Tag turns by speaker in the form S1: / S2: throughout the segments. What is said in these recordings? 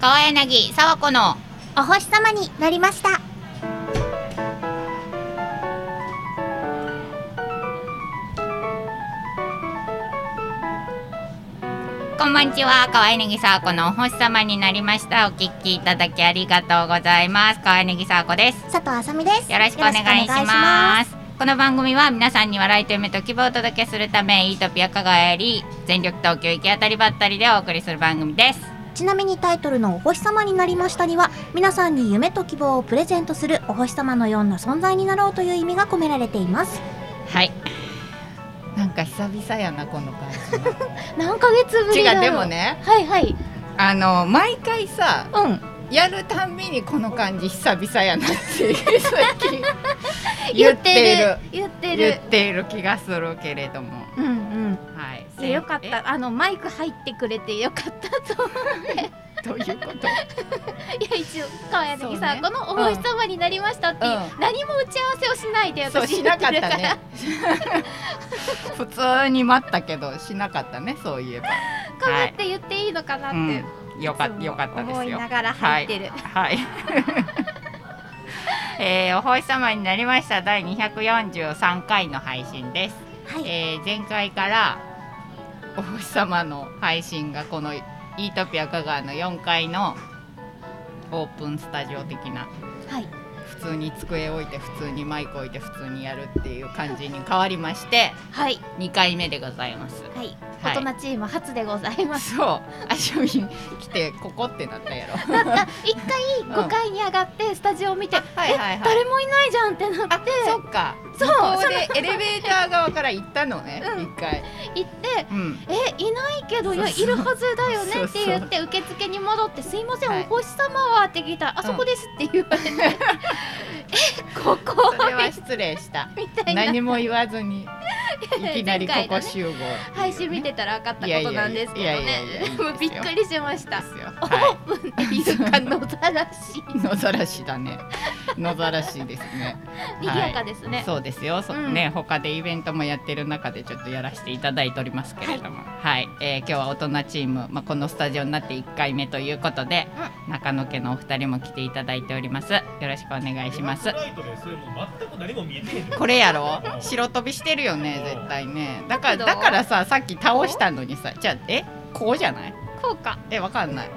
S1: 川柳沢子の
S2: お星様になりました
S1: こんばんちは川柳沢子のお星様になりましたお聞きいただきありがとうございます川柳沢子です
S2: 佐藤あさみです
S1: よろしくお願いし
S2: よろくお
S1: ますす。この番組は皆さんに笑いと夢と希望をお届けするため、イートピア加賀より全力投球行き当たりばったりでお送りする番組です。
S2: ちなみにタイトルの「お星様になりました」には皆さんに夢と希望をプレゼントするお星様のような存在になろうという意味が込められています
S1: はい。なんか久々やな、この 感
S2: 何ヶ月ぶ
S1: じ。
S2: り
S1: 違
S2: だ
S1: う、
S2: ろ
S1: でもね、
S2: はいはい
S1: あの、毎回さ、
S2: うん
S1: やるたんびにこの感じ久々やなっていう、 最近
S2: 言ってる言って
S1: 言
S2: る
S1: っている気がするけれども。
S2: うん
S1: はい。
S2: うんよかったあのマイク入ってくれてよかったと思
S1: え。 ということ。
S2: ういや一応川柳さん、
S1: そ
S2: こ
S1: うね
S2: の「お星様になりました」っていう、
S1: う
S2: 何も打ち合わせをしないで
S1: そう
S2: 私
S1: し
S2: 言
S1: な
S2: って
S1: かっ
S2: る
S1: た
S2: から
S1: ね 普通に待ったけどしなかったねそういえば
S2: かぶって言っていいのかなっ
S1: う
S2: て、
S1: んよかったよかったで
S2: 思
S1: す
S2: い
S1: よ
S2: ながら入ってる、
S1: はい えー、お星様になりました第243回の配信です、
S2: はい
S1: えー前回からお星様の配信がこのイートピア香川の4階のオープンスタジオ的な
S2: はい
S1: 普通に机置いて普通にマイク置いて普通にやるっていう感じに変わりまして
S2: はい
S1: 2回目でございます
S2: はい、
S1: はい
S2: 大人チーム初でござ います。
S1: そう足を見に来てここってなったやろ
S2: だった一
S1: うん
S2: 回5階に上がってスタジオを見て、
S1: はいはいはい
S2: 誰もいないじゃんってな
S1: あ
S2: って
S1: そっか
S2: そう
S1: ここでエレベーター側から行ったのね
S2: うん
S1: 一、回、
S2: 行って
S1: うん、
S2: えいないけどいや
S1: そうそう
S2: いるはずだよねって言って受付に戻って「すいません、
S1: はい
S2: お星様は」って聞いたら「あそこです」って言われ て「えここ?」
S1: それは失礼した
S2: みたいな
S1: 何も言わず にいきなりこ
S2: 前回
S1: こ
S2: のね
S1: 集合っていうね、
S2: 配信見てたら分かった
S1: いや
S2: こ
S1: いやい
S2: と
S1: や
S2: なんですけど
S1: いやいやいやいい
S2: ね
S1: です
S2: も
S1: よ
S2: うびっくりしました
S1: で。すよ
S2: オ
S1: は
S2: ー プンっていうか野ざらし
S1: い野ざらしだね野ざらしですね
S2: 賑やかですね。
S1: そうですよ、そ
S2: うん
S1: ね他でイベントもやってる中でちょっとやらせていただいておりますけれども、はいえー今日は大人チーム、まあ、このスタジオになって1回目ということで、中野家のお二人も来ていただいておりますよろしくお願いします
S3: ライトでそれもう全く何も見えてへんの
S1: これやろ白飛びしてるよね絶対ねだか
S2: ど
S1: ら
S2: う
S1: だからささっき倒したのにさじゃあえこうじゃない
S2: こうか
S1: えわかんない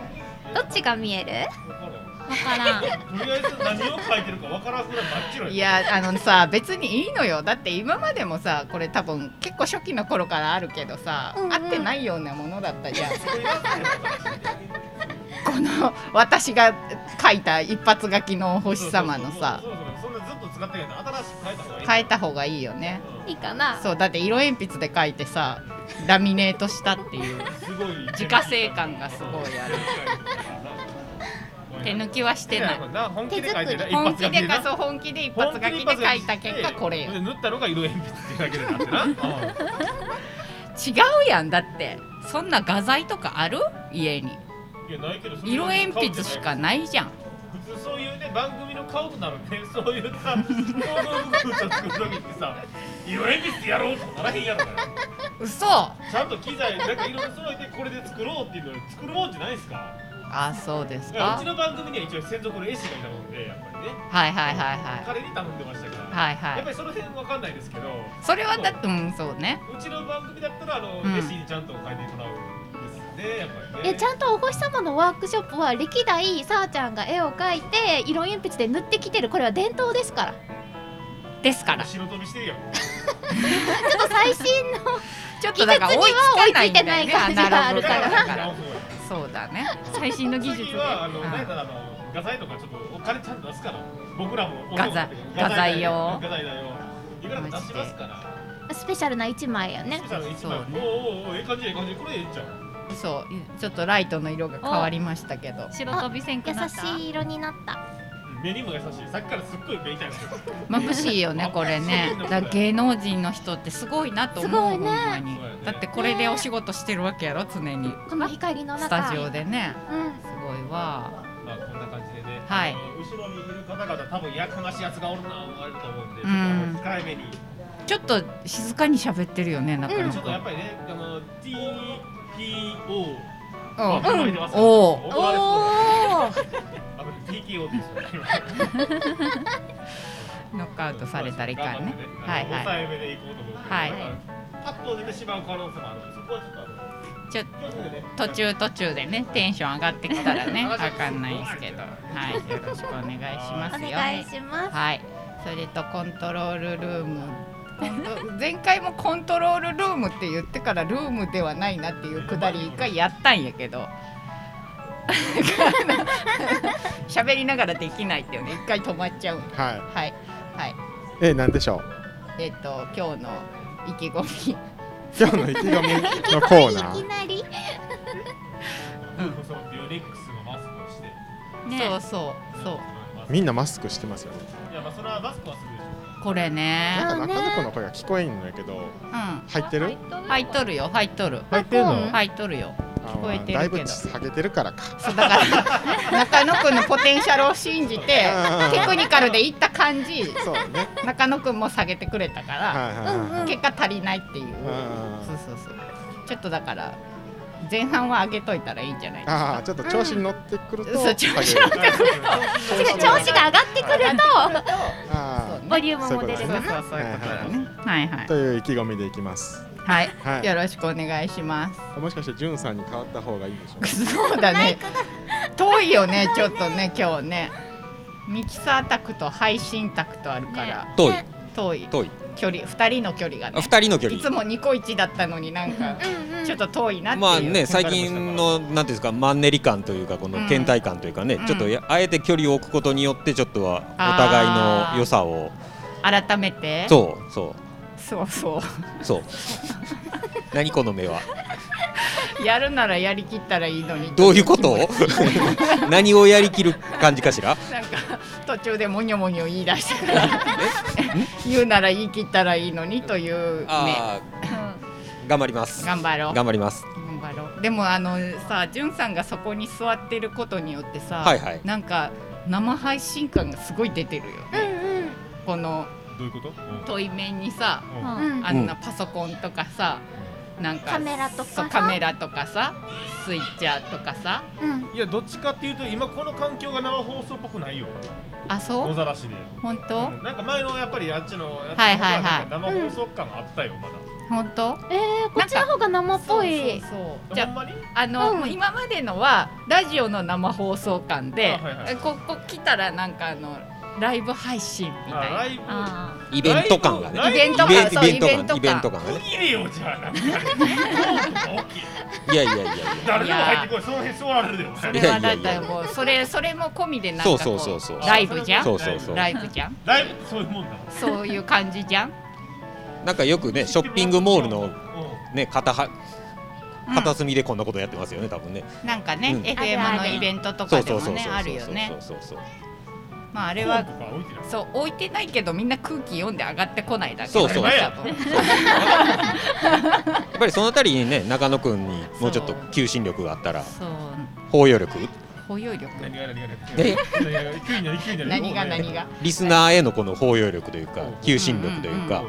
S2: どっちが見える
S3: わ
S2: わ
S3: か
S2: からん。
S3: らんとりあえず何を書いてるかわからんぐらい真っ白
S1: いやあの さ別にいいのよだって今までもさこれ多分結構初期の頃からあるけどさ、
S2: うんうん
S1: 合ってないようなものだったじゃん
S3: それが
S1: この私が書いた一発書きのお星様のさ
S3: そうそうそうそんなずっと使ってるやつ新しく書いた方がいい
S1: 変えた方がいいよね
S2: いいかな。
S1: そうだって色鉛筆で書いてさラミネートしたっていう
S3: すごい
S1: 自家製感がすごいある手抜きはしてない
S3: な本気で書いてる
S1: 本気でか
S3: 書
S1: そう本気で一発書きで書いた結果これよ違
S3: 塗ったのが色鉛筆っていうだけでなってなうん
S1: うやんだってそんな画材とかある家に
S3: いやないけどそれ
S1: 色鉛筆しかないじゃん
S3: 普通そういうね番組の顔となるね そういうさ人の服を作る時ってさ色鉛筆やろうとかならへんやろから
S1: 嘘
S3: ちゃんと機材なんかいろいろ揃えてこれで作ろうっていうのに作るもんじゃないですか
S1: あそうです
S3: だからう
S1: か
S3: ちの番組には一応専属の絵師がいたもんでやっぱりね
S1: はいはいはいはい
S3: 彼に頼んでましたから、
S1: はいは
S3: やっ
S1: い
S3: ぱりその辺わかんないですけどう
S1: それはだってうんそうね
S3: ちの番組だったらあの、
S1: うん
S3: 絵師にちゃんと書いてもらうんですんでやっぱりね
S2: えちゃんとお星様のワークショップは歴代さあちゃんが絵を描いて色鉛筆で塗ってきてるこれは伝統ですから
S1: ですから
S3: 白飛びしてるよ
S2: ちょっと最新の
S1: ちょっとだから追いつかないんだよね、
S2: 季節には追いついてない感じがあ
S1: アナロ
S2: る
S1: グ
S2: から
S1: だから。そうだね。最新の技術
S3: 次
S1: で。
S3: はあの、
S1: うん
S3: なんやったらあの画材とかちょっとお金ちゃんと出すから僕らも
S1: 画材画材用
S3: 画材だよいくらか出しますから
S2: スペシャルな一枚や ね
S3: スペシャル一枚
S1: そう
S3: お
S1: ね
S3: うおうおうええ感じええ感じこれええんちゃう
S1: そう、ちょっとライトの色が変わりましたけど。
S4: 白飛び線
S2: 優
S4: くなった
S2: しい色になった
S3: 目にも優しいさっきからすっごい目痛いんですよ
S1: 眩しいよね、これね。だから芸能人の人ってすごいなと思う。
S2: す
S1: ほん
S2: ごいね
S1: まに
S3: そうやね
S1: だってこれでお仕事してるわけやろ、常に。
S2: この光の中
S1: スタジオでね。
S2: うん
S1: すごいわ。
S3: まあこんな感じでね、
S1: はい
S3: あの後ろにいる方々多分やかましいやつがおるなあると思うんで、
S1: うん
S3: ちょっと控えめに、
S1: ちょっと静かに喋ってるよね、中野
S3: ちょっとやっ
S1: 君。
S3: ぱりねあの TPO
S1: うん
S3: 覚えてます
S1: おう
S3: 覚えてますあこれ TKO ですよね今
S1: ノックアウトされたらいかんね。
S3: 頑
S1: はいは
S3: 張って抑えめでいこうと思って。
S1: はい
S3: パッと出てしまう可能性もあるので。そこはちょっとあの
S1: い。ちょ
S3: 気をつけてね
S1: 途中途中でねテンション上がってきたらね
S3: 上が
S1: わ
S3: っちゃう
S1: かんないですけど、はいよろしくお願いしま
S2: お
S1: すよ。
S2: 願いします。
S1: はい。それとコントロールルーム。コント前回もコントロールルームって言ってからルームではないなっていうくだり一回やったんやけど 喋りながらできないっていうね一回止まっちゃう
S4: は
S1: はいはい
S4: い。え、なんでしょう。
S1: えっ、と今日の意気込み
S4: 今日の意気込みのコーナ
S2: いき
S4: ー。
S2: なり。
S3: そのビオレックスのマスクをして。
S1: そうそうそう
S3: う。
S4: みんなマスクしてますよね。
S3: いやまあそれはマスクはするでしょ
S1: これね
S4: なんか中の子の声が聞こえんのやけど、
S1: う
S4: 入ってる？
S1: ん入っとるよ入っとる
S4: 入ってるの
S1: 入っとるよ
S4: 聞
S1: こえてるけど
S4: だいぶ下げてるからか。
S1: そうだから 中野くんのポテンシャルを信じて
S4: うん
S1: テクニカルでいった感じ
S4: そうだね。
S1: 中野くんも下げてくれたか
S4: は
S1: ら
S4: いはいはい。
S1: 結果足りないっていう
S4: うん
S1: そうそうそうちょっとだから前半は上げといたらいいんじゃないです
S4: ああ、ちょっと調子に乗ってくると。
S1: そう調子
S4: 下げる
S2: 違う調子が上がってくると
S4: あ
S1: か
S4: あ
S2: ボリュームも出
S1: そ
S2: る
S1: う
S2: か
S1: そう
S2: な。
S1: そういうことだねはいはい
S4: という意気込みでいきます。
S1: はい、
S4: はい
S1: よろしくお願いします
S4: もしかしてじゅんさんに変わった方がいいでしょうか。
S1: そうだね遠いよねちょっとね今日ねミキサー卓と配信卓とあるから、
S5: 遠い
S1: 遠い
S5: 遠い
S1: 距離二人の距離が
S5: あ
S1: ね
S5: 二人の距
S1: い
S5: 離
S1: つもニコイチだったのになんか
S2: うんうん。
S1: ちょっと遠いなっていう、
S5: まあね最近のなんていうんですかマンネリ感というかこ
S1: う
S5: の
S1: ん
S5: 倦怠感というかね、
S1: うん
S5: ちょっとやあえて距離を置くことによってちょっとはお互いの良さを
S1: 改めてう
S5: そうそ
S1: そうそう
S5: そう何この目は
S1: うやるならやりきったらいいのに
S5: どういうこと
S1: なんか
S5: 何をやりきる感じかしら
S1: 途中でもにょもにょ言い出したから言うなら言い切ったらいいのにというね
S5: あー頑張ります
S1: 頑張ろう
S5: 頑張ります
S1: 頑張ろうでもあのさじゅんさんがそこに座ってることによってさ、
S5: はいはい
S1: なんか生配信感がすごい出てるよ
S2: うん
S1: ね、この
S3: どういうこと？うん
S1: 対面にさ
S2: うん
S3: うん
S2: うんうん。
S1: あんなパソコンとかさ、なんか
S2: カメラとか
S1: そうカメラとかさスイッチャーとかさ
S2: うん
S3: いやどっちかっていうと今この環境が生放送っぽくないよ。
S1: あそ
S3: 野
S1: う
S3: ざらしで。
S1: 本当、
S3: うんなんか前のやっぱりあっちのやつの方
S1: はいはいはい
S3: なんか生放送感あったよまだ。
S1: 本当
S2: えー、こっちの方が生っぽい。
S1: そうそうそうじ
S3: じゃほん
S1: ゃ
S3: まに？
S1: ああの、
S2: うん
S1: もう今までのはラジオの生放送感で、
S3: あはいはい
S1: えここ来たらなんかあのライブ配信み
S3: あ
S1: た
S3: ラ
S1: い
S3: イ ブ。
S2: あ
S5: イベント感が
S3: ラ
S1: なイ
S5: ね
S3: イブ
S1: ベント
S5: イベ
S1: 感
S5: ン
S1: そうイ
S5: イベ
S1: ベ
S5: ン
S1: ント
S5: ト感イベント
S1: 感
S5: 感が
S3: 区
S5: ね
S3: 切れよじゃあ なんか。大きい
S5: いやいやいやいや
S3: 誰でも入ってこい。その辺座るでお
S1: そ
S3: 前。
S1: れはだってもうそれそれも込みでなんかこう
S5: そうそうそうそう
S1: ライブじゃん
S5: そうそうそう
S1: ライブじゃん
S3: ライブってそういうもんだ。
S1: そういう感じじゃん、
S5: なんかよくねショッピングモールの
S3: う
S5: ね片は
S1: うん
S5: 片隅でこんなことやってますよね多分ね
S1: なんかね、
S5: うん
S1: FM のイベントとかでもねあるよね
S5: そうそうそう
S1: まああれ
S3: ん。
S1: は
S3: 本とか置いてない。
S1: そう置いてないけどみんな空気読んで上がってこないだけ
S5: そうそう
S1: だね多分
S5: やっぱりそのあたりにね中野くんにもうちょっと求心力があったら
S1: そう
S5: 包容力
S1: 包容力
S3: 何が何が何
S5: え
S3: が勢いになる勢いになる
S1: 何が何が
S5: リスナーへのこの包容力というか求心力というか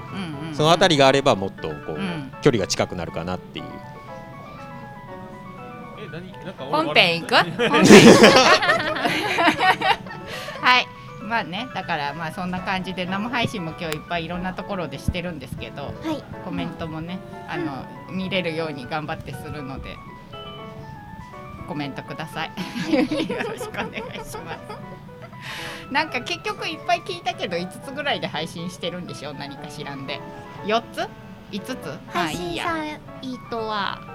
S5: そのあた
S1: り
S5: りがあればもっとこう、
S1: うん
S5: 距離が近くなるかなっていう
S3: え何なんか
S1: 本編行く
S3: 俺
S1: 本編行くはいまあねだからまあそんな感じで生配信も今日いっぱいいろんなところでしてるんですけど
S2: ーはい。
S1: コメントもねあの見れるように頑張ってするのでコメントくださいよろしくお願いしますなんか結局いっぱい聞いたけど5つぐらいで配信してるんでしょ何か知らんで4つ5つまあ
S2: 配
S1: いい
S2: 信
S1: や
S2: さんいいとは。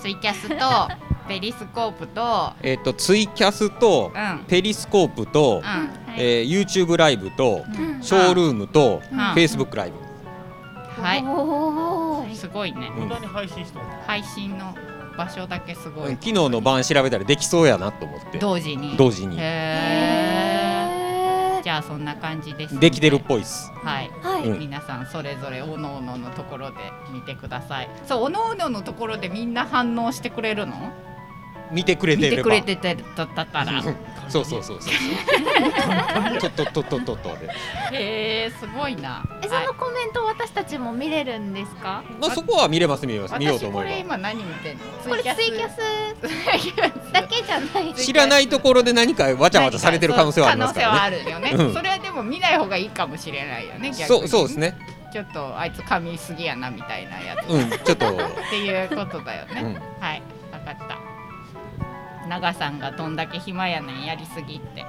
S1: ツイキャスとペリスコープと
S5: えっ、とツイキャスと
S1: うんうん
S5: ペリスコープと、えー YouTube ライブと
S2: うん
S5: ショールームと
S1: うん
S5: Facebook ライブ
S1: はい
S2: おー
S1: すごいね
S5: うん
S3: 無駄に配信しとんの
S1: 配信の場所だけすご
S5: うん
S1: い
S5: 昨日の晩調べたらできそうやなと思って
S1: 同時に
S5: 同時に
S1: へ
S2: へ
S1: ーじゃあそんな感じですね
S5: できてるっぽいっす
S1: はい
S2: ーはい。
S5: うん
S1: 皆さんそれぞれおのおののところで見てくださいそうおのおののところでみんな反応してくれるの
S5: 見てくれ
S1: 見
S5: て
S1: て
S5: れ
S1: く
S5: ば
S1: れててたたたら
S5: そうそうそうそうと っとっとっとっとっとで
S1: へえすごいな
S6: えそのコメント私たちも見れるんですか？
S5: まあそこは見れます見れます
S1: はい
S5: 見ようと思
S1: 私これ
S5: えば
S1: 今何見てんの
S6: これツイキャス だけじゃない。
S5: 知らないところで何かわちゃわちゃされてる可能性はありますからね
S1: ね可能性はあるよね、
S5: うん
S1: それはでも見ない方がいいかもしれないよね逆に
S5: そうそうですね
S1: ちょっとあいつ髪すぎやなみたいなやつ、
S5: うんちょっと、
S1: っていうことだよね、
S5: うん、
S1: はい、わかった。長さんがどんだけ暇やねんやりすぎって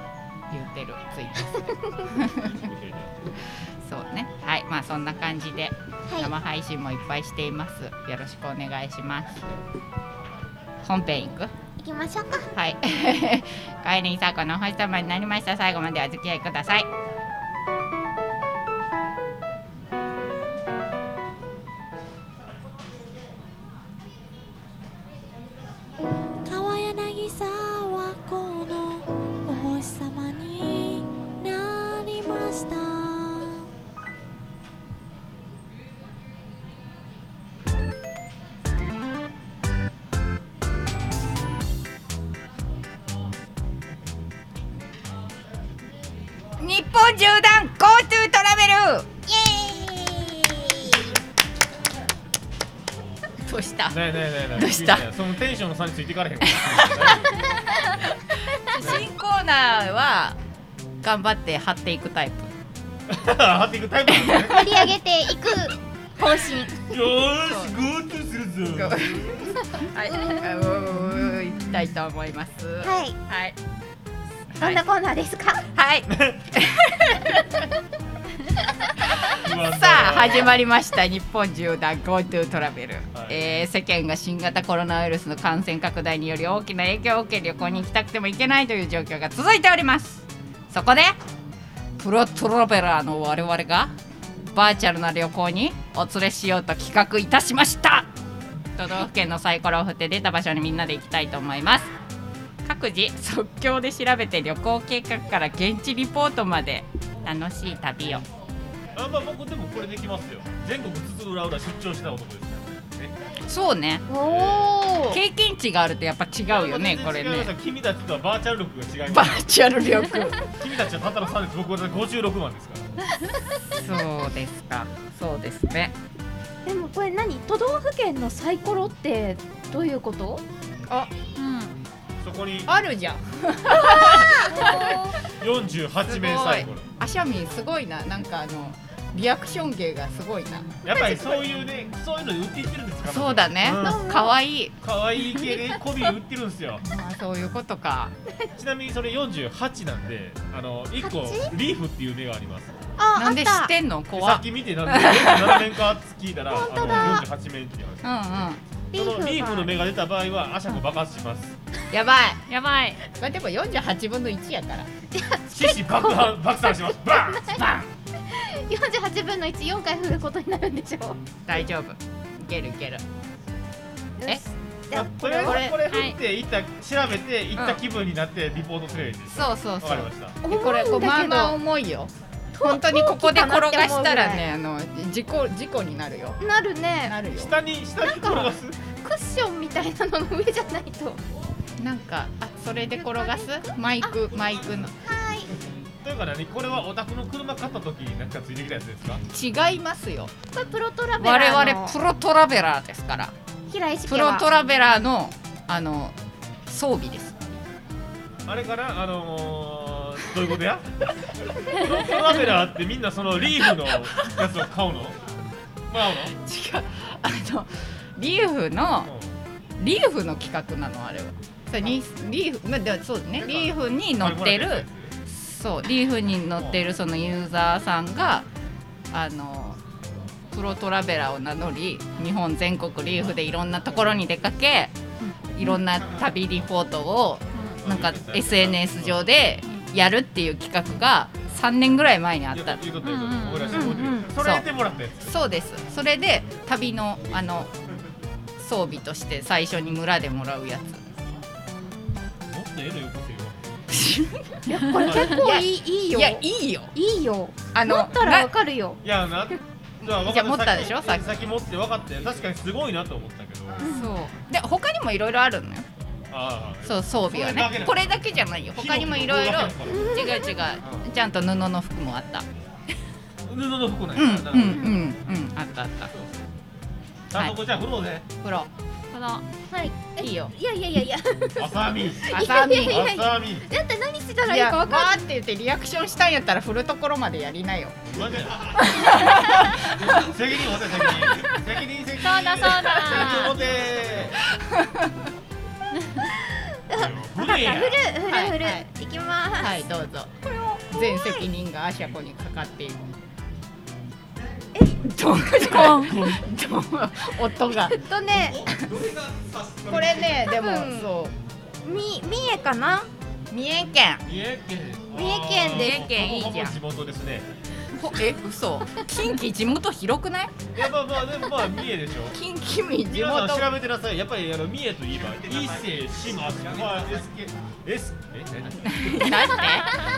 S1: 言ってるツイート そうね。はい、まあそんな感じで
S6: はい
S1: 生配信もいっぱいしています。よろしくお願いします。本編いく
S6: 行きましょうか。
S1: はい。 帰りにさこのお星様になりました。最後までお付き合いください。
S7: 川柳沢子のお星様になりました
S1: 日本縦断 GoTo トラベルイエーイどうした
S3: ねえねえねえねえ
S1: どうした
S3: びっくりよそのテンションの差についていかれへんから
S1: 新コーナーは頑張って貼っていくタイプ
S3: 張っていくタイプなんだね
S6: 盛り上げていく方針。
S3: よーしゴートゥするぞ
S1: はい、うん行きたいと思います。
S2: はい
S1: はい。
S2: どんなコーナーですか
S1: はい、さあ始まりました日本縦断 GoTo トラベル、
S3: はい
S1: えー世間が新型コロナウイルスの感染拡大により大きな影響を受け旅行に行きたくても行けないという状況が続いておりますそこでプロトラベラーの我々がバーチャルな旅行にお連れしようと企画いたしました都道府県のサイコロを振って出た場所にみんなで行きたいと思います各自即興で調べて旅行計画から現地リポートまで楽しい旅を
S3: あんま僕でもこれできますよ全国津々浦々出張した男ですからね
S1: そうね
S6: おお。
S1: 経験値があるとやっぱ違うよねこれ
S3: 違います
S1: ね
S3: よ君たちとはバーチャル力が違い
S1: バ
S3: ます
S1: ーチャル力
S3: 君たちはたったの3です僕は56番ですから
S1: そうですかそうですね
S7: でもこれ何都道府県のサイコロってどういうこと
S3: そこに
S1: あるじゃん
S3: 48名サイコロ
S1: アシャミンすごいななんかあのリアクション芸がすごいな
S3: やっぱりそういうねそういうの売っていってるんですか
S1: そうだね
S3: う
S1: 可愛いい
S3: 可愛い系でコビ売ってるんですよ
S1: あそういうことか
S3: ちなみにそれ48なんであの1個リーフっていう目があります
S6: あ
S1: なんで知っ
S6: あ
S1: てんの
S3: で
S1: 怖
S3: さ
S1: っ
S3: っき見てなんで47面かって聞いたらあ
S6: 本
S3: の
S6: 当だ
S3: 48面っていう
S1: う
S3: 話
S1: んうん
S6: リー
S3: そ
S6: フが
S3: のリーフの目が出た場合はアシャコ爆発します
S1: やばい
S6: やばい。
S1: まあでも48分の1やから
S3: 獅子爆破爆散しますバーン
S1: バン
S6: 四十八分の一四回振ることになるんでしょう。
S1: 大丈夫いけるいけるえ
S2: じゃあ
S3: とりあえず
S1: これ
S3: これ振っていった調べていった気分になってリポートすればいいんです
S1: そうそう
S3: わ
S1: そ
S3: かりま
S1: う
S3: した
S1: でこれこうまあまあ重いよ本当にここで転がしたらねあの事故事故になるよ
S6: なるね。
S1: なるよ
S3: 下に下に転がす
S6: クッションみたいなのの上じゃないと。
S1: なんかあそれで転がすマイクマイクの
S3: というか何これはお宅の車買った時になんかついてきたやつですか
S1: 違いますよ
S6: これプロトラベラーの。
S1: 我々プロトラベラーですから
S6: 平石
S1: プ
S6: 家は
S1: ロトラベラーのあの装備です
S3: あれからあのー、どういうことやプロトラベラーってみんなそのリーフのやつを買うの買う
S1: 違う
S3: の
S1: あのリーフのリーフの企画なのあれはそれにリーフまあでもそうだねリーフに乗ってるそうリーフに乗ってるそのユーザーさんがあのプロトラベラーを名乗り日本全国リーフでいろんなところに出かけいろんな旅リポートをなんか SNS 上でやるっていう企画が3年ぐらい前にあ
S3: あ
S1: っ
S3: った
S1: た
S3: いうこというこ
S6: うん
S3: と
S6: うん
S3: 僕ら知ってるそれやってもらったやつ
S1: そうですそれで旅のあの装備として最初に村でもらうや
S3: もっと絵のよこせよ
S1: つ
S7: いやこれ結構いいいい
S1: い
S7: よ
S1: やいいよ
S7: いいよ
S1: あ
S7: 持
S1: の
S7: ったらわ
S1: な
S7: かるよ
S3: いやなじゃあ分 か
S1: じゃあ持ったでしょ
S3: さっき
S1: さっ
S3: 先持って分かって確かにすごいなと思ったけど
S1: そうで他にもいろいろあるのよ
S3: ああ
S1: そう装備は
S3: それだけ
S1: ね
S3: なの
S1: これだけじゃないよ他にもいろいろ
S3: 火の粉の
S1: 違う違うちゃんと布の服もあった
S3: 布の服ね
S1: うんうん
S3: な
S1: うん
S3: るほ
S1: う
S3: ど
S1: んあったあった
S3: あそこじゃあ振ろうぜ
S1: 風呂風呂
S6: はいえ
S1: いいよ
S6: いやいやいや いや
S3: あさみ
S1: 朝見
S6: いやいやいや
S3: あさみ
S6: だって何してたら
S1: い
S6: いい
S1: や
S6: か
S1: わ
S6: わかんない
S1: ーって言ってリアクションしたんやったら振るところまでやりなよ
S3: マジで責任持て責任責任責任
S6: そうだそうだ
S3: 責任持て
S6: 分かった振る振る
S1: はい
S6: 振る、
S1: はいい、
S6: きます、
S1: はいどうぞ全責任がアシャコにかかっているえどうどう音が
S6: えっとね
S1: これねでも
S6: 多分
S1: そ
S6: み三重かな
S1: う三重県
S3: 三重県
S6: 三重県で
S1: 三重県いいじゃん
S3: ほぼ地元ですね
S1: ほえ嘘近畿地元広くない
S3: いやまあまあでもまあ三重でしょ
S1: 近畿民地
S3: 皆さん
S1: 元
S3: 調べてくださいやっぱりあの三重といえば伊勢志摩まあ SK S え何だ
S1: なんで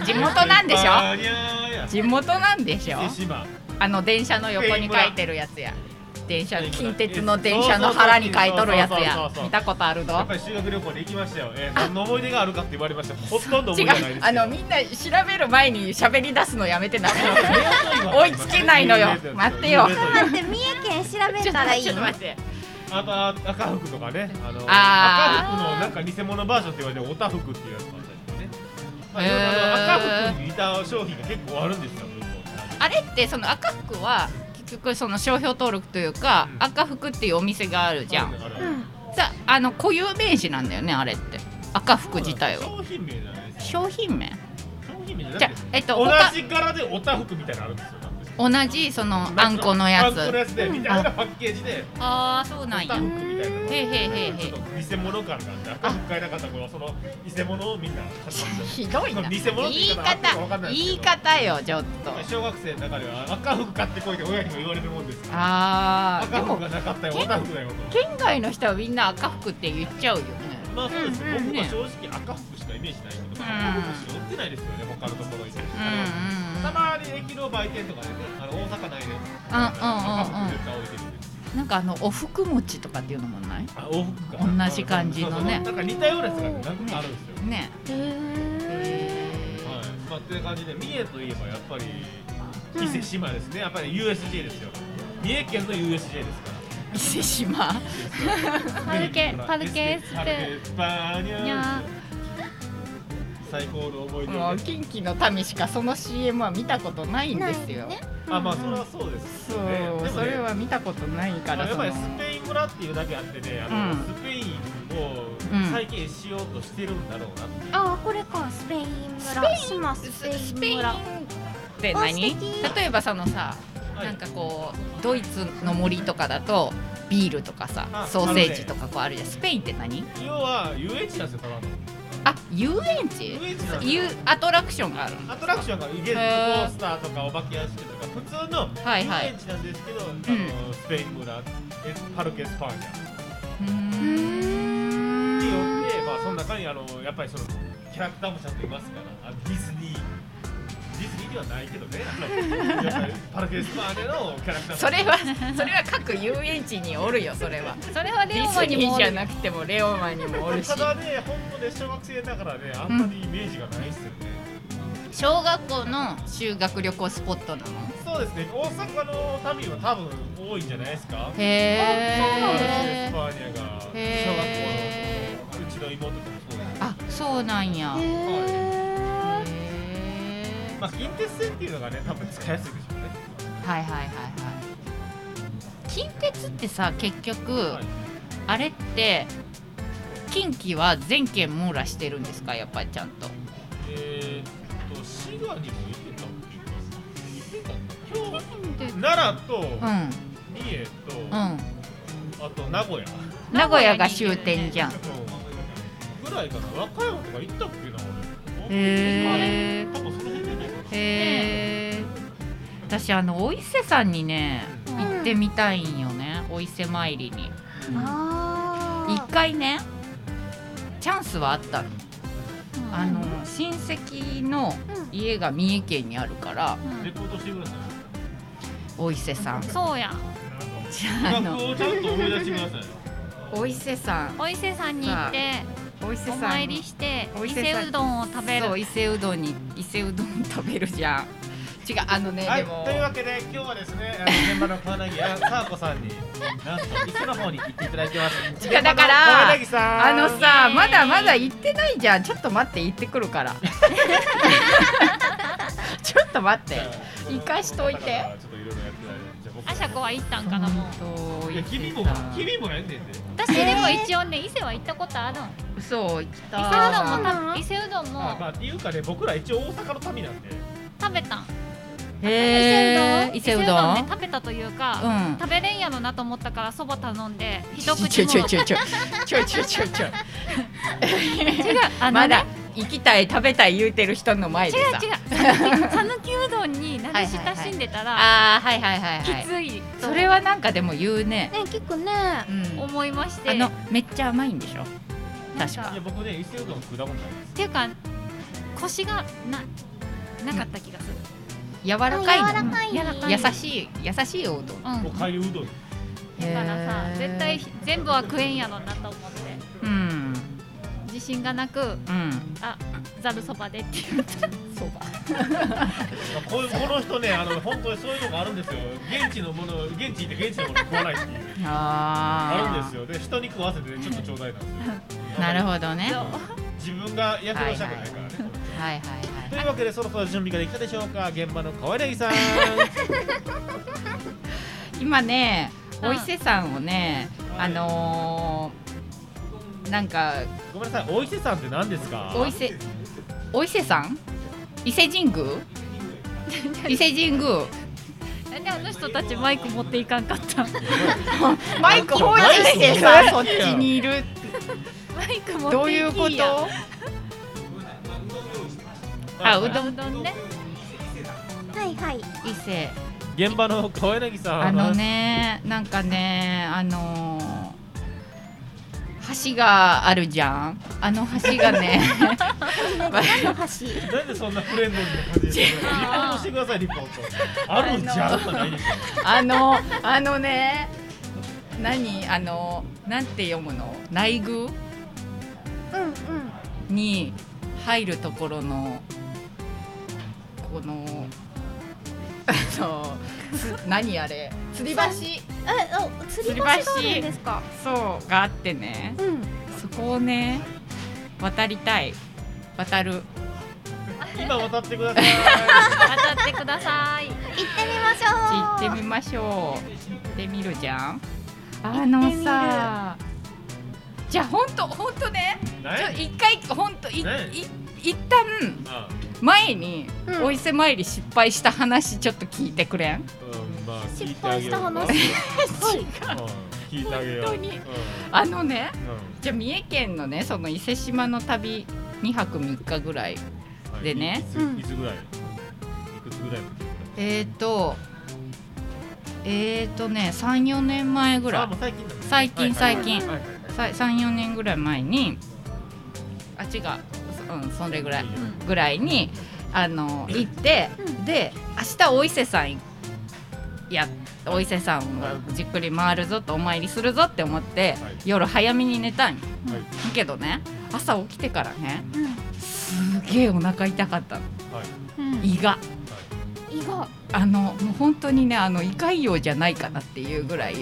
S1: 地元なんでしょ
S3: バニャーや
S1: 地元なんでしょ
S3: 伊勢志摩
S1: あの電車の横に書いてるやつや電車近鉄の電車の腹に書いとるやつ
S3: そうそうそう
S1: や
S3: そうそう
S1: 見たことある
S3: や
S1: ぞ
S3: っぱり修学旅行で行きましたよえー何の思い出があるかって言われましたほとんど思
S1: 違
S3: いう出ないです
S1: あのみんな調べる前に喋り出すのやめてな 追
S3: 追
S1: いつけない のよ待ってよ
S6: 待って三重県調べたらいい
S1: ちょっと
S6: の
S1: 待って
S3: あとあ赤服とかねあの
S1: あ
S3: 赤服のなんか偽物バージョンって言われてるオタ服っていうやつもあったりとかね、まあ
S1: へー
S3: いろいろあの赤服に似た商品が結構あるんですよ向こう
S1: あれってその赤服は結局その商標登録というか、
S3: うん
S1: 赤服っていうお店があるじゃん
S3: あるある
S1: さあの固有名詞なんだよねあれって赤服自体は
S3: 商品名じゃないです
S1: 商品名
S3: 商品名じゃ
S1: じ
S3: な
S1: ゃ
S3: くて
S1: えっと
S3: 同
S1: 他
S3: じ柄でオタ服みたいなのあるんですよだって
S1: 同じそのあんこのやつ
S3: あんこのやつでみたいなパッケージで
S1: ああそうなん
S3: オタ
S1: や
S3: 服みたいなのが
S1: へいへいへいへい
S3: ちょっと偽物感があって赤服買えなかった頃はその偽物をみんな買ってました
S1: ひどいな
S3: 偽物って
S1: 言
S3: 言
S1: い
S3: い方合ってるか分か
S1: 方
S3: んないですけど
S1: 言い方よちょっと
S3: 小学生の中では赤服買ってこいって親にも言われるもんですから
S1: あー
S3: 赤
S1: で
S3: 服
S1: も
S3: がなかったよ
S1: でも
S3: オタ服だよと
S1: 県外の人はみんな赤服って言っちゃうよね
S3: まあそうです、
S1: うんうん
S3: 僕は正直赤服しかイメージないけど、赤服しか売ってないですよね、他のところに。
S1: うんうん
S3: たまに駅の売店とかでね、あの大阪内で、赤
S1: うんうんうん
S3: 服絶対置いてるんですよ。
S1: なんかあのお服餅とかっていうのもない
S3: あ、往復
S1: 同じ感じのね
S3: そうそうなんか似たようなやつがね何個かあるんですよ。
S1: ね
S3: はい、まあ、っていう感じで、三重といえばやっぱり、伊勢志摩ですね、やっぱり USJ ですよ。三重県の USJ ですから。
S1: 伊勢志摩
S6: パルケパルケスペ
S3: パルケスパニャ
S6: にゃ
S3: ー最高の思い出をね、
S1: もう近畿の民しかその CM は見たことないんですよ、
S6: ないね
S3: あ、まあ、それはそうです
S1: そう
S3: よね。でもね
S1: それは見たことないから
S3: やっ
S1: その
S3: ぱりスペイン村っていうだけあってね、あの、
S1: うん
S3: スペインを
S1: うん
S3: 再建しようとしてるんだろうなっていう。
S6: あこれかスペイン村島スペイン
S1: ス
S6: ス
S1: ペ
S6: ペ
S1: イ
S6: イ
S1: ン
S6: ン
S1: っ
S6: 村
S1: て何例えばそのさ
S3: はい
S1: なんかこうドイツの森とかだとビールとかさ
S3: あ
S1: ソーセージとかこうあるじゃんスペインって何
S3: 要は遊園地なんですよ、ただの。
S1: あ遊園地
S3: 遊園地なんです
S1: 遊
S3: よ。
S1: アトラクションがあるの
S3: アトラクションがイベントコースターとかお化け屋敷とか普通の
S1: はいは
S3: 遊
S1: い
S3: 園地なんですけど、あ
S1: う
S3: のスペイン村、エスパルケスパーニャ。
S1: うーん
S3: によって、まあ、その中にあのやっぱりそのキャラクターもちゃんといますからあのディズニーディズニーではないけどねあのやっぱりパルケスパーでのキャラクター
S1: それは それは各遊園地におるよそれは
S6: それは
S1: デ
S6: レオ
S1: ィ
S6: マ
S1: ズ
S6: に
S1: ニ
S6: も
S1: ー
S6: お
S1: じゃ
S6: る
S1: なくてもレオマにもおるした
S3: だね本当ね小学生だからねあんまりイメージがないっすよね、
S1: 小学校の修学旅行スポットなの
S3: そうですね大阪の民は多分多いんじゃないですか
S1: へ
S3: パルケス
S1: え
S3: パーニャが
S1: へ
S3: 小学校のうちの妹とかもそうです
S1: あそうなんやへえ
S3: まあ近鉄線っていうのがね多分使いやすいでしょうね
S1: はいはいはいはい近鉄ってさ結局、
S3: はい
S1: あれって近畿は全県網羅してるんですかやっぱりちゃんと
S3: えーっと滋賀にも行ってたっていうか行ってたんだ今日奈良と
S1: うん
S3: 三重と、
S1: う
S3: あ
S1: ん
S3: と名古屋
S1: 名古屋が終点じゃん
S3: ぐらいかな和歌山とか行ったっけな俺
S1: へー
S3: 多分その辺でね
S1: へえ私あのお伊勢さんにね
S3: うん
S1: 行ってみたいんよねお伊勢参りに
S6: あ
S1: 一回ねチャンスはあったのあの親戚の家が三重県にあるから
S3: レポートしてください
S1: お伊勢さん
S7: そうや
S1: じゃああ
S3: 学
S1: の
S3: 校をちゃんと思い出してください
S1: お伊勢さん
S7: お伊勢さんに行って
S1: お伊勢
S6: お
S1: さん
S6: 参りして
S1: お伊
S6: 伊
S1: 勢
S6: 勢
S1: さん
S6: うどんを食べる
S1: そう伊勢うどんに伊勢うどん食べるじゃん違うあのね、
S3: はい、
S1: でも
S3: というわけで今日はですね、あの 現場の川柳やさあこさんになんと伊勢の方に行っていただいてます。
S1: 違うだから
S3: 川柳さん。
S1: あのさまだまだ行ってないじゃんちょっと待って行ってくるから ちょっと待って行かしといて
S3: ちょっといろいろやってないんでじゃあ僕
S6: あしゃこは行ったんかなもう
S1: う
S3: いや君も君もやんねんで。
S6: 私でも一応ね伊勢は行ったことあるん伊
S1: そう行った
S6: 勢うどんも食べ伊勢うどん
S3: まあま
S6: も
S3: あっていうかね僕ら一応大阪の民なんで。
S6: 食べたん
S1: へー
S6: 伊勢うどん伊勢うどんね食べたというか
S1: うん
S6: 食べれんやろなと思ったからそば頼んで
S1: ち
S6: 一
S1: ょ
S6: 口も
S1: ちょちょちょちょちょちょちょ ちょ
S6: 違うあの
S1: まだ
S6: ね
S1: 行きたい食べたい言うてる人の前
S6: 違
S1: で
S6: う
S1: さ
S6: 違うさぬきうどんに慣れ親しんでたら
S1: ああはいはいはい
S6: き
S1: はい
S6: ついと
S1: それはなんかでも言うね
S6: ね聞くね
S1: うん
S6: 思いまして
S1: あのめっちゃ甘いんでしょ
S6: なん
S1: 確か
S3: いや僕ね伊勢うどん食ったことないで
S6: っていうか腰がななかった気がする
S1: 柔ら
S7: 柔
S1: かい
S7: ら
S1: の
S7: かい
S6: 柔らか
S1: 優しい優しいおうどん
S6: うん
S3: す。もう海うど
S6: だから
S3: ん。
S6: さ
S1: へー
S6: 絶対全部は食えんやろなと思って
S1: うん
S6: 自信がなく
S1: うん
S6: あざるそばでって言った
S1: そうか
S3: こういうこの人ねあの本当にそういうとこあるんですよ。現地のもの現地行って現地のもの食わないっていう。あるん
S1: あ
S3: ですよ。で人に食わせてねちょっとちょうだいなんですよ。
S1: あ なるほどね
S6: そう
S3: 自分がやけどしたくないからね。
S1: はいはい
S3: と
S1: はい
S3: いうわけでそろそろ準備ができたでしょうか現場の川柳 さん
S1: 今ね
S6: うん
S1: お伊勢さんをね
S3: は
S1: あ
S3: い
S1: のーなんか
S3: ごめんなさいお伊勢さんって何ですか
S1: お伊勢お伊勢さん伊勢神宮伊勢神宮
S6: なんであの人たちマイク持っていかん かった
S1: マイク放置してさそっちにいる
S6: マイク持っていきや
S1: どういうことあうどん
S6: うどんね
S2: はいはい
S1: 伊勢
S3: 現場の川柳さん
S1: あのねなんかねあのー橋があるじゃんあの橋が ね
S2: 何の橋
S3: なんでそんなフレンドリーな感じですかリポートしてくださいリポートあるんじゃんとかな いですよ
S1: あのあのね何あのなんて読むの内宮
S2: うんうん
S1: に入るところのこのあのつ何あれ吊り橋
S2: えお釣り橋があるんですか
S1: そうがあってね
S2: うん
S1: そこをね渡りたい渡る
S3: 今渡ってくださ い
S6: 当たってください
S7: 行ってみましょう
S1: 行ってみましょう行ってみるじゃんあのさじゃあほんとほんとね
S3: 何
S1: ちょ
S3: や
S1: 一回ほんといい
S3: ね
S1: 一旦
S3: あ
S1: 前に
S2: うん
S1: お伊勢参り失敗した話ちょっと聞いてくれん
S3: うんまあ聞
S2: 失
S3: いてあ
S2: 敗
S3: げ
S2: し
S3: よう
S2: た話
S1: 違う
S3: うん聞いてあげよう
S1: 本当に
S3: うん
S1: あのね
S3: うん
S1: じゃあ三重県のねその伊勢島の旅2泊3日ぐらい
S3: はい
S1: でね
S3: いつ
S2: うん
S3: いつぐらいいくつぐらいの時
S1: えーとえーとね34年前ぐら
S3: あも
S1: いう
S3: 最近だね
S1: 最近
S3: はいはい
S1: 最近
S3: は
S1: 34
S3: いはいはい
S1: 年ぐらい前にあ違ううんそれぐらいぐらいにあの行って、で明日お伊勢さんいやお伊勢さんをじっくり回るぞとお参りするぞって思って、
S3: はい
S1: 夜早めに寝たんよ、
S3: はい
S1: けどね朝起きてからね、すげえお腹痛かったの
S3: はい
S1: 胃が
S2: 以後
S1: あのもう本当にねあの胃潰瘍じゃないかなっていうぐらい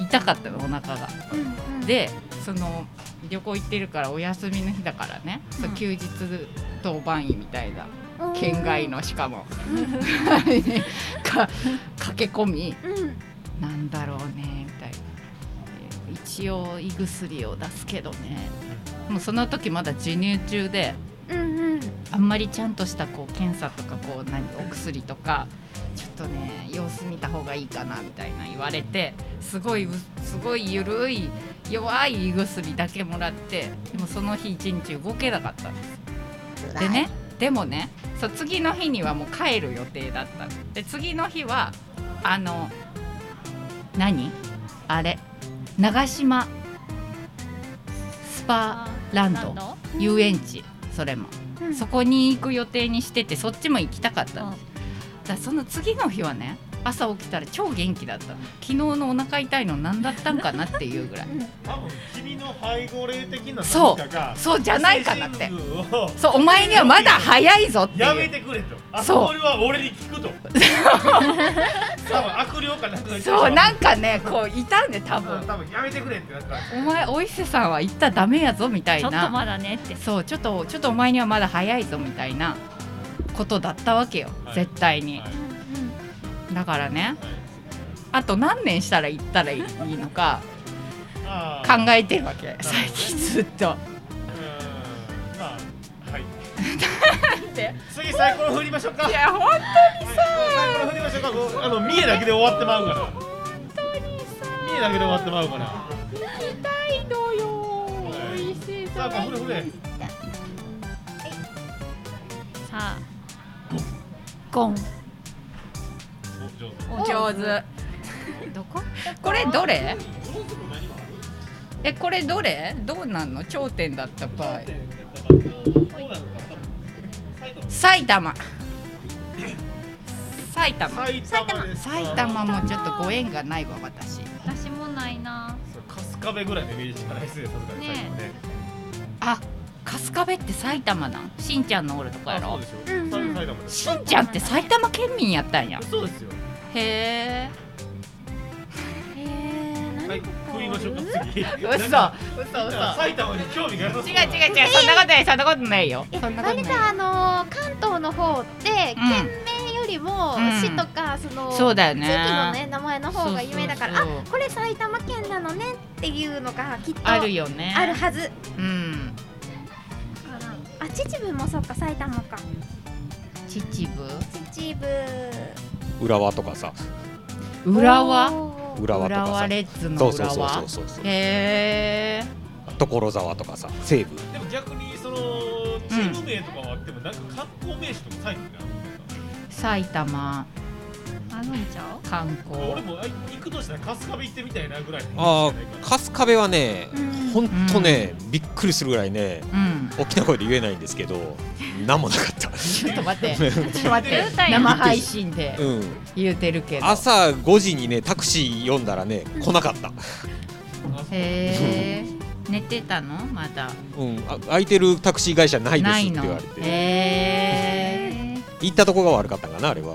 S1: 痛かったのお腹が。
S2: うんうん
S1: でその旅行行ってるからお休みの日だからね、そう休日当番員みたいな県外のしかも、 か駆け込み
S2: うん
S1: なんだろうねみたいなえ一応胃薬を出すけどねもうその時まだ授乳中で
S2: うんうん
S1: あんまりちゃんとしたこう検査とかこう何お薬とかちょっとね様子見た方がいいかなみたいな言われてすごいうすごいゆるい弱い胃薬だけもらってでもその日一日動けなかったんですでねでもねそう次の日にはもう帰る予定だったので次の日はあの何あれ長島スパランド
S6: ド
S1: 遊園地それも、
S2: うん
S1: そこに行く予定にしててそっちも行きたかったんです、
S6: う
S1: だからその次の日はね朝起きたら超元気だったの昨日のお腹痛いの何だったんかなっていうぐらい
S3: 多分君の背後霊的な
S1: そう
S3: 何かが
S1: そうじゃないかなって
S3: 精神部を
S1: そうお前にはまだ早いぞって
S3: やめ
S1: いう
S3: てくれとあ
S1: そう
S3: それは俺 に聞くと多分悪霊かなんかが言ってた
S1: そうなんかねこういたんで多分
S3: 多分やめてくれってなった
S1: お前お伊勢さんは行ったらダメやぞみたい
S8: ちょ
S1: な
S8: っとまだねって
S1: そうちょっとちょっとお前にはまだ早いぞみたいなことだったわけよ、
S3: はい
S1: 絶対に、
S3: はい
S1: だからねあと何年したら行ったらいいのか
S3: あー
S1: 考えてるわけ最近ずっと
S3: うーんまあ はい
S1: て
S3: 次サイコロ振りましょうか
S1: いや本
S3: はいサイコロ振りましょうかこうあの見えだけで終わってまうから本当にさ見えだけで終わってまうから行きたいのよさあこれ振れ
S8: さあゴン
S3: 上手
S1: 当上手
S8: どこ
S1: これどれえこれどれどうなんの頂点だった場合埼玉埼玉
S3: 埼玉ですか
S1: 埼玉もちょっとご縁がないわ私
S8: 私もないな
S3: 春日部ぐらいのイメージしかないですねさすがに埼玉ね
S1: あ春日部って埼玉なんしんちゃんのおるとこや
S3: あそ
S1: ろ
S3: うですよ埼埼玉です
S1: しんちゃんって埼玉県民やったんや
S3: そうですよ
S1: へえ
S3: はい食いましょうか次
S1: 嘘
S3: なんか
S1: 嘘嘘
S3: 埼玉に興味があります
S1: 違う違う違うそんなことないそんなことないよ
S6: え
S1: そんなこと
S6: 割と
S1: ない
S6: あのー関東の方って
S1: うん
S6: 県名よりも
S1: うん
S6: 市とかその
S1: そうだよ
S6: 地域のね
S1: ね
S6: 名前の方が有名だから
S1: そうそうそう
S6: あこれ埼玉県なのねっていうのがきっと
S1: あるよね
S6: あるはず
S1: うん
S6: あ秩父もそっか埼玉か
S1: 秩
S6: 秩
S5: 浦和とかさ
S1: 父
S6: 父
S1: 浦和
S6: おー
S5: 浦和と
S1: 浦
S5: か
S1: 和
S5: さ
S1: レッズ
S5: そ
S1: の
S5: うそう
S1: 浦
S5: そう
S1: 和
S5: そうそう
S1: へえ
S5: 所沢とかさ西部
S3: でも逆にそのチーム名とかはあってもなんか観光名所とか埼玉にあるんですか
S1: 埼玉
S8: あるんちゃう
S1: 観
S3: 俺
S1: 光
S3: もあ行くとしたら春日部行ってみたいなぐらい
S5: あ
S3: のイメージしかない
S5: あ
S3: か
S5: 春日部はね
S6: うん
S5: ほんとねびっくりするぐらいね
S1: うん
S5: 大きな声で言えないんですけど 何もなかった
S1: ちょっと待 ってちょっと待って
S8: 舞台
S1: 生配信で
S5: うん
S1: 言うてるけど
S5: 朝5時にねタクシー呼んだらね来なかった、
S1: へえ寝てたのまだ
S5: うん、あ空いてるタクシー会社ないです
S1: な
S5: っ
S1: い
S5: て
S1: の
S5: 言われて
S1: へえ
S5: 行ったとこが悪かったんかなあれは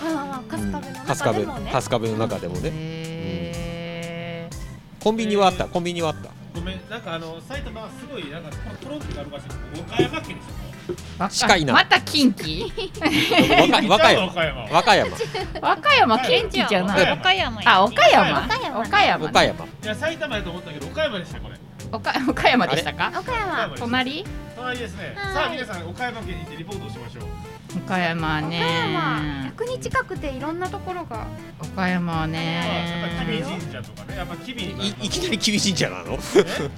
S6: あー春日部の中で
S5: 春日部
S6: もね
S5: 春日部の中でもね
S1: へ
S5: コンビニはあった
S3: えー
S5: コンビニはあった
S3: ごめんなんかあの埼玉はすごいなんかトロフィーがあるらしいんですけど岡山県でし
S1: え
S5: 近いな
S1: また近 畿
S5: 和歌
S3: ょ
S5: 和歌
S3: 行っ
S5: 山
S3: ちゃうの
S5: 和歌山
S1: 和歌山近畿じゃない
S8: 和歌山
S1: あ 岡山
S6: 岡山
S1: 岡山
S5: 岡山
S3: いや埼玉やと思ったけど岡山でしたこれ
S1: 岡岡山でしたか
S6: 岡山
S3: 岡山で
S1: 隣
S3: す隣ですね
S6: はい
S3: さあ皆さん岡山県に行ってリポートをしましょう
S1: 岡山
S6: 岡山
S1: ね
S6: 100に近くていろんなところが
S1: 岡山は
S3: まあやっぱ吉
S1: ね
S3: 備神社とかねやっぱ吉備
S5: いいきなり厳しいんじゃなの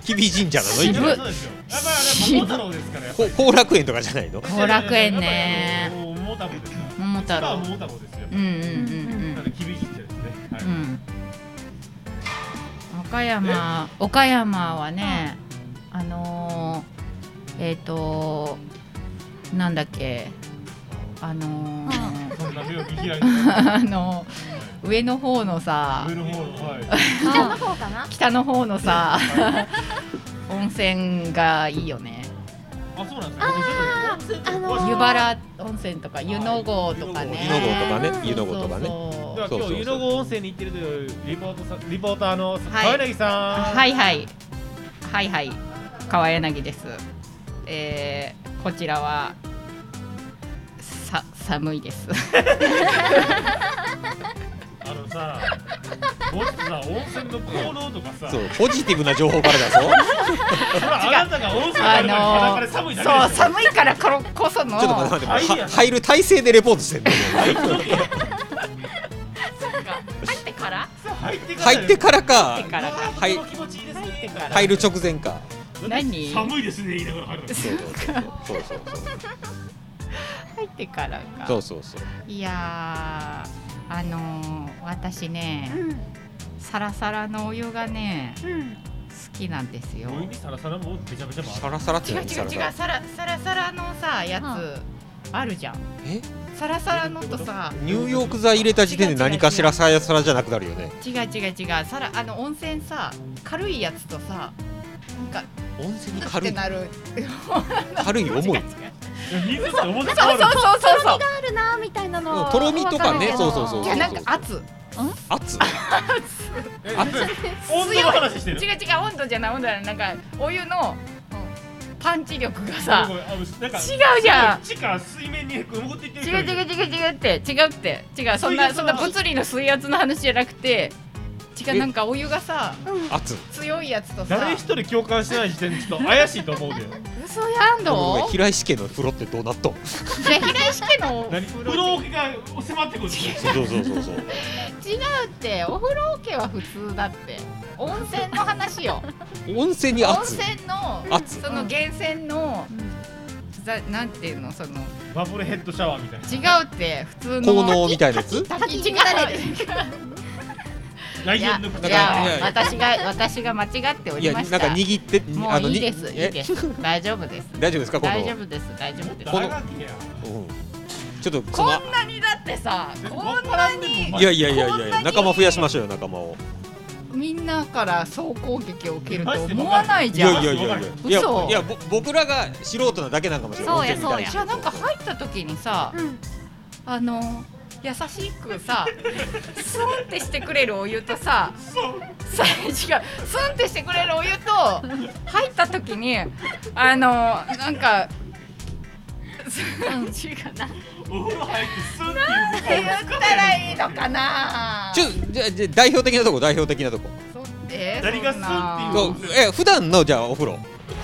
S5: 厳しいんじゃなのい
S1: 渋
S5: き
S1: い
S5: なり
S3: そうですよやっぱやっぱ桃太郎ですからやっぱ
S5: こ後楽園とかじゃないの
S1: 後楽園ね
S3: やっぱりあの桃太郎ですから
S1: 桃太
S3: 千葉は
S1: 郎
S3: 桃太郎ですよ
S1: うんうんうん
S3: なので厳しいんじゃないですねはい
S1: うんうん岡山岡山はねあのーえっとなんだっけあのー
S3: そんな目を見開いて
S1: あの上の方のさ
S3: 上の方 のはい
S6: 北の方かな
S1: 北の方のさ温泉がいいよね
S3: あ、そうなんですか。あ
S6: あのー
S1: 湯原温泉とか湯の郷とかね
S5: 湯の郷とか
S1: そう
S5: ね
S1: そうそう
S5: 湯の郷とかね
S3: では
S5: そう
S3: 今
S5: そうそう
S3: 日湯の郷温泉に行ってるというリポートさリポーターの
S1: い
S3: 川柳さん。
S1: はいはいはいはい川柳ですえー、こちらはさ寒いです
S3: あのさ、もっとさ温泉の効能とかさ、
S5: そうポジティブな情報からだぞ
S3: それあなたが温泉あ
S1: あ
S3: るから裸
S1: のー、
S3: で寒いだけでし
S1: そ
S3: ょ
S1: う。寒いからころこその
S5: ちょっと待って待ってもうは入る体勢でレポートしてんのもう
S1: 入ってから
S3: 入ってから
S5: 入ってからか
S1: 入ってからか
S5: はい
S3: とても気持ちいいですね。入って
S1: から
S5: 入る直前か
S1: 何
S3: 寒いですね言いながら入る。
S5: そうそうそう
S1: 入ってからか
S5: そうそうそうそうそう
S1: いやーあのー、私ね
S6: うん
S1: サラサラのお湯がね
S6: うん
S1: 好きなんですよ
S3: お湯にさらさらもうべちゃべちゃもあ
S5: サラサラって
S1: 違う違う
S5: 何サラ
S1: 違
S5: サ
S1: う
S5: ラ
S1: サラサラサラのさやつ、あるじゃん
S5: え
S1: サラサラのとさ
S5: ニューヨーク剤入れた時点で何かしらさやさらじゃなくなるよね
S1: 違う違う違うさらあの温泉さ軽いやつとさなんか
S5: 温泉に
S1: っ
S5: 軽
S1: て
S5: い
S1: なる
S5: 軽い重い
S3: 水って重さ
S1: そう
S3: 変
S1: そう
S3: わる
S1: そうそうそう
S6: あるなーみたいなのは
S5: とろみとかね
S6: わ
S5: そ
S6: る
S5: うそうそう
S1: い
S5: そ
S1: や
S5: う
S1: なんか圧
S5: 熱
S3: え
S5: あ
S3: 温度の話して
S1: 違う
S3: る
S1: 違う温度じゃない温度じゃないなんかお湯のパンチ力が
S3: ご
S1: さ
S3: めんごめんあのなんか
S1: 違うじゃん
S3: 地下水面に潜っていって
S1: 違う
S3: る人いる
S1: 違う違う違うって違うって違うそん
S3: 水
S1: な
S3: 圧
S1: そんな
S3: の
S1: 物理の水圧の話じゃなくて違う
S5: え
S1: なんかお湯がさ
S5: 熱
S1: 強いやつと
S3: 誰
S1: さ
S3: 一人共感してない時点でちょっと怪しいと思うけど
S1: 嘘やん
S5: ごめ
S1: の
S5: ん平石家の風呂ってどうなっとん
S1: いや平井家の
S3: 何風呂桶が迫ってくる
S5: そうそうそうそう
S1: 違うってお風呂桶は普通だって温泉の話 よ
S5: 温泉に
S1: 温
S5: 圧
S1: 泉の
S5: 圧
S1: その源泉の、ざなんていうのその
S3: バブルヘッドシャワーみたいな
S1: 違うって普通の
S5: 効能みたいなやつ
S1: 滝違う
S3: ラ
S1: い
S3: イオ
S1: や
S3: ンの口
S1: い
S5: い
S1: や
S5: や
S1: 私が私が間違ってお
S5: い
S1: り
S5: や
S1: ま
S5: なん
S1: した
S5: か握って
S1: もういいですいい
S5: え
S1: です大丈夫です
S5: 大丈夫ですかこの
S1: 大丈夫です大丈夫です
S5: この
S3: 長きや
S5: うんちょっと
S1: こ
S5: その
S1: んなにだってさこんなに
S5: いやいやいやい
S1: こんな
S5: や
S1: に
S5: 仲間増やしましょうよ仲間を
S1: みんなから総攻撃を受けると思わない
S5: い
S1: じゃん
S5: やいやいやいや
S1: 嘘
S5: いやいやぼ僕らが素人なだけなんかもしれない
S6: そうやそうや
S1: じゃあなんか入った時にさ、あの優しくさスンってしてくれるお湯とささ違うスンってしてくれるお湯と入った時にあのなんか。す違うなっ
S3: お風呂入ってスンって
S1: て
S3: いう
S1: 言ったらいいのかな
S5: ちょじゃあじゃあ代表的なとこ代表的なとこ
S1: そえー
S3: 誰がスンって言
S5: そううえ普段のじゃあお風呂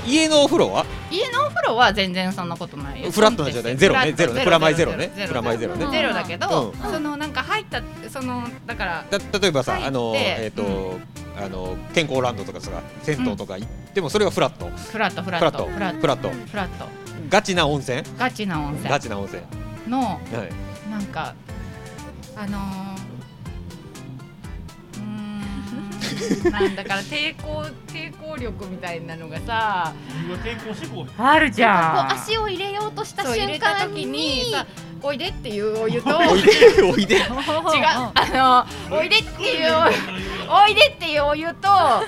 S5: 家のお風呂は
S1: 家のお風呂は全然そんなことないよ
S5: フラットな状態ゼロねゼロねプラマイゼロねプラマイゼロ
S1: ゼ
S5: ね
S1: ロだけど、
S5: うん
S1: そのなんか入ったそのだから
S5: た例えばさ
S1: 入って
S5: あのえっとあの健康ランドとかさ銭湯とか行ってもそれはフラット
S1: フラットフラ
S5: フ
S1: ッ
S5: ラッ
S1: ト
S5: ト
S1: フラッ
S5: フラット
S1: トフラット
S5: ガチな温泉
S1: ガチな温
S5: ガ
S1: 泉
S5: チな温泉
S1: の
S5: はい
S1: なんかあのーうーん なんだから抵抗抵抗力みたいなのがさ
S3: うわ抵抗してこい
S1: あるじ
S6: こ
S1: ゃ
S6: う足を入れようとした
S1: そう入れ
S6: 瞬
S1: た
S6: 間
S1: 時
S6: に
S1: にさおいでっていうお湯と
S5: おい
S1: 違う
S5: でおいで
S1: あのおいでっていうおいでっていうお湯とあ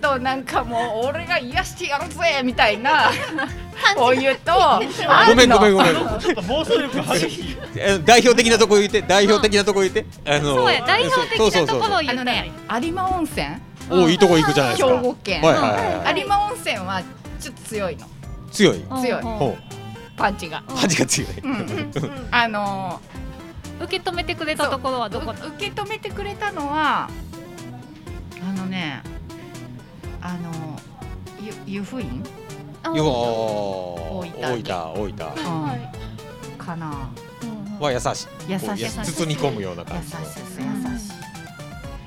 S1: となんかもう俺が癒してやるぜみたいなお湯とあ
S5: ごめんごめん
S1: んの
S5: ごめん
S3: ちょっと暴走力が激しい
S5: え代表的なとこ言って代表的なとこ言ってあの
S6: そうや代表
S5: そ
S6: 的
S5: うそ
S6: な
S5: うそ
S6: と
S5: う
S6: ころを言
S1: あ
S6: っ
S1: のね
S6: たね
S1: 有馬温泉
S5: おいいとこ行くじゃないです
S1: 兵
S5: か
S1: 庫県、
S5: はいはいは
S1: 有馬温泉はちょっと強いの
S5: い強い
S1: 強い
S5: ほ
S1: パンチが、
S5: う恥が 強い
S1: うん、あの
S8: 受け止めてくれたところはどこだ
S1: う受け止めてくれたのはあのねあのゆ湯布院、
S5: よ大
S1: 分
S5: 分大分
S1: うんかな
S5: は優しい
S1: 優
S5: こう
S1: しい優しい
S5: 包み込むような感じの
S1: 優しい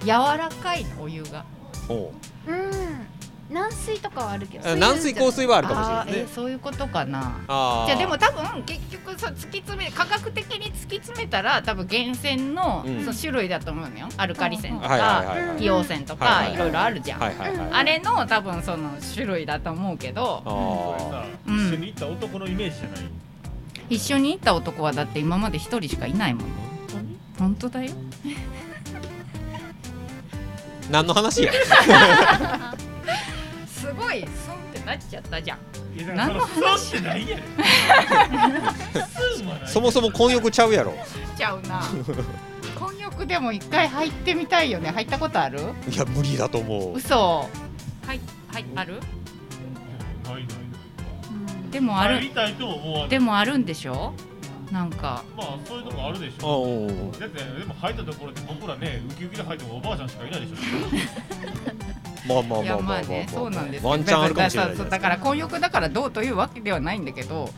S1: 柔らかいのお湯が
S5: ほ
S6: うん軟水とかはあるけ
S5: う
S6: ど
S5: 軟水硬
S6: 水
S5: 水はあるかもしれない
S1: あーえ
S5: で
S1: ー
S5: すね
S1: そういうことかな
S5: あー
S1: じゃあでも多分結局そう突き詰め科学的に突き詰めたら多分源泉の,、
S5: うん
S1: その種類だと思うのよアルカリ泉と
S5: はいはい
S1: か
S5: はいはい
S1: 硫黄泉と
S5: はい
S1: か
S5: はい
S1: いろいろあるじゃん、
S5: はいはいはい
S1: あれの多分その種類だと思うけど
S5: あ
S3: これ
S5: ー
S3: さ
S1: うん
S3: 一緒に行った男のイメージじゃない
S1: 一緒に行った男はだって今まで一人しかいないもん本当だよ
S5: 何の話や
S1: すごいスンってなっちゃったじゃん
S3: いや
S1: 何の話
S3: そのスンってないやんスンはない
S5: そもそも混浴ちゃうやろ
S1: ちゃう な混浴でも一回入ってみたいよね入ったことある
S5: いや無理だと思う
S1: 嘘はいはいある
S3: ないない
S1: でもあ
S3: ない
S1: る
S3: 入りたいとも思わない
S1: でもあるんでしょなんか
S3: まあそういうとこあるでし
S5: あ
S3: ょ
S5: ー
S3: だってでも入ったところで僕らねウキウキで入ってもおばあちゃんしかいないでしょ
S5: まあまあ
S1: い
S5: ま
S1: や
S5: あ
S1: ま
S5: ま
S1: あ
S5: あま
S1: ね
S5: あ
S1: そうなんですよ
S5: ワンチャンあるかもしれない
S1: だ
S5: じゃ
S1: ら
S5: な
S1: だ
S5: い
S1: から混浴だからどうというわけではないんだけど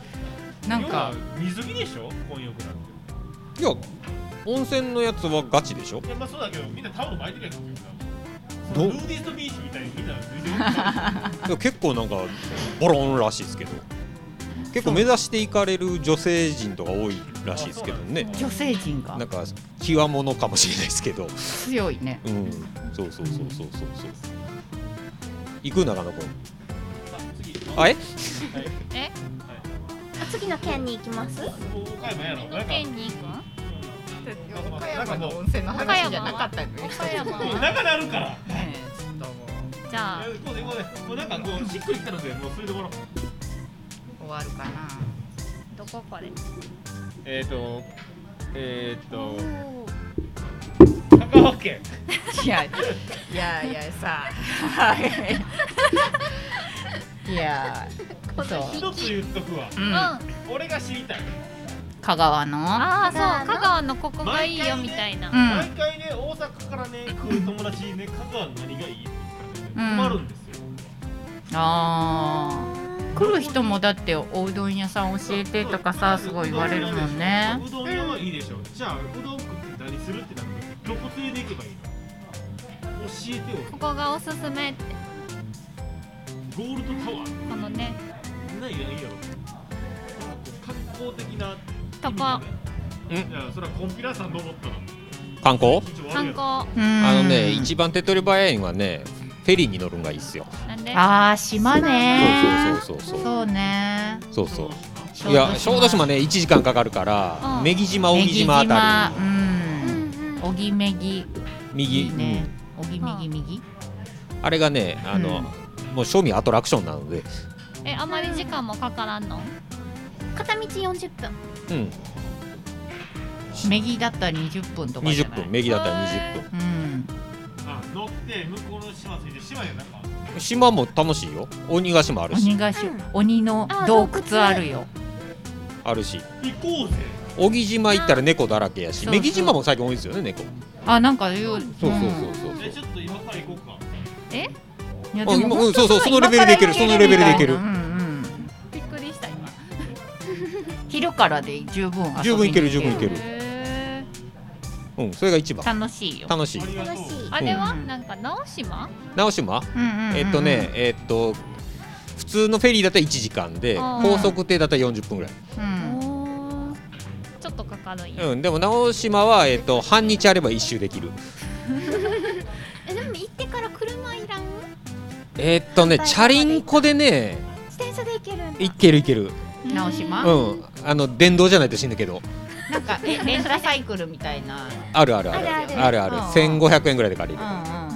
S1: なんか
S3: 要は水着でしょ混浴なんて
S5: ですかいや温泉のやつはガチでしょ
S3: いやまあそうだけどみんなタオル巻いてるやん結局
S5: ど
S3: ルーディストビーチみたいにみんな水着巻いてる
S5: いや結構なんかボロンらしいですけど結構目指していかれる女性陣とか多いらしいですけどね
S1: 女性陣が
S5: なんか極物かもしれないですけど
S1: 強いね
S5: うんそうそうそうそうそうそう行く長野
S3: あ
S5: 君
S3: 次
S5: あえ
S3: はい
S1: え
S3: はい
S6: 次の県に行きます
S3: 岡山やろなんか
S8: 県に行く
S3: 岡
S1: 岡山
S3: 山
S1: の
S3: の
S1: 温泉の話
S8: 話
S1: じ
S8: じ
S1: ゃ
S8: ゃ
S1: な
S8: な
S1: か
S8: か
S1: っ
S8: った
S1: よね。
S8: 岡山
S3: もう
S8: は
S3: 長なるから
S1: ねえちょっとも
S8: じゃあ
S3: いやこうでこうでもうなんかこうしっくりきたのでもうそれで終わろう
S1: う終わるかな。
S8: どここれ
S3: えっとえっと香川県
S1: いやいやいやさ。いや。そう。
S3: 一つ言っとくわ
S1: うん
S8: うんあ
S3: 俺が知りたい
S1: 香川の。
S8: あそう香川のここがいいよみたいな、
S1: う
S3: 毎
S1: ん。
S3: 回ね大阪からね来る友達にね香川の何がいいって言ったらね困るんですよ
S1: ああ。来る人もだっておうどん屋さん教えてとかさすごい言われるもんね。
S3: うどん屋はいいでしょうじゃあうどん食って何するってなったらどこ連れて行けばいいの教えて
S8: ここがおすすめって
S3: 俺ゴールドタワー
S8: このね
S3: ないやいいやろ観光的な
S8: とこ
S3: うんいやそれはコンピラーさん登ったの
S5: 観光
S8: 観光
S1: うん
S5: あのね一番手っ取り早いのはねフェリーに乗るんがいいっすよ
S8: なんで
S1: ああ島ね。
S5: そうそうそうそう
S1: そうね。
S5: そうそういや小豆島ね1時間かかるから
S8: うん
S5: 女木島小木島あた
S1: り。うん。おぎめぎ。
S5: り右
S1: いいね。おぎめぎ右。
S5: うんあれがねあの、
S1: うん
S5: もう庶民アトラクションなので、
S8: えあまり時間もかからんの
S6: 片道40分
S5: うん、
S1: めぎだったら20分とかじゃ
S5: 20
S1: ない。
S5: 分メギだったら20分
S1: うん。
S3: あ乗って向こうの島着いて島やなんか
S5: 島も楽しいよ鬼ヶ島あるし
S1: 鬼がし、鬼の洞窟あるよ。
S5: あるし
S3: 行こうぜ
S5: 小木島行ったら猫だらけやし
S1: そうそう
S5: 女木島も最近多いですよね猫
S1: あ、なんか言う。
S5: そうそうそうそう
S3: えちょっと今から行こうか
S1: いやで
S5: あ
S1: も
S5: 今
S1: 本当
S5: うんそうそうそのレベルでいける
S1: 今から
S5: そのレベルでいける
S1: みたなうんうん。
S8: びっくりした今
S1: 昼からで十分遊びに行。
S5: 十分いける十分いける
S8: へ
S5: うんそれが一番
S1: 楽しいよ。
S5: 楽しい
S3: ありがとう
S6: 楽しい
S8: ーあれは、
S1: うん
S8: なんか直島
S5: 直島
S1: うんうんうんうん
S5: えっとね。えっと普通のフェリーだったら1時間で
S8: あー
S5: 高速艇だったら40分ぐらい、
S1: うん。
S8: おーちょっとかかるんや、
S5: うん、でも直島は、えっと半日あれば一周できる
S6: えでも行ってから車いらん
S5: えっとねチャリンコでね
S6: 自転車で行けるんだ
S5: いけるいける
S1: 直
S5: う
S1: 島。
S5: んあの電動じゃないと死ぬけど
S1: なんかえレンタサイクルみたいな。
S5: あるあるある
S6: ある
S5: あるある
S1: うん
S5: 1500円ぐらいで借
S1: う
S5: りる
S1: んうん。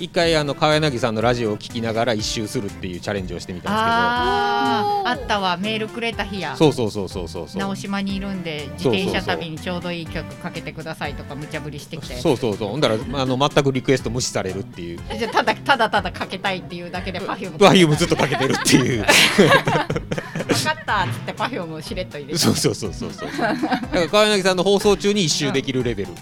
S5: 一回あの川柳さんのラジオを聞きながら一周するっていうチャレンジをしてみたんで
S1: ああ、あったわ。メールくれた日や
S5: すけ。どそうそうそうそうそうそう
S1: 直島にいるんで自転車旅にちょうどいい曲かけてくださいとか無茶ぶりしてきて
S5: そうそうそうほんだらあの全くリクエスト無視されるっていう
S1: じゃあただただただかけたいっていうだけでパフューム
S5: ワイムずっとかけてるっていう
S1: 分かったっつってパフュームをしれっと入れて
S5: そうそうそうそうそうだから川柳さんの放送中に一周できるレベル、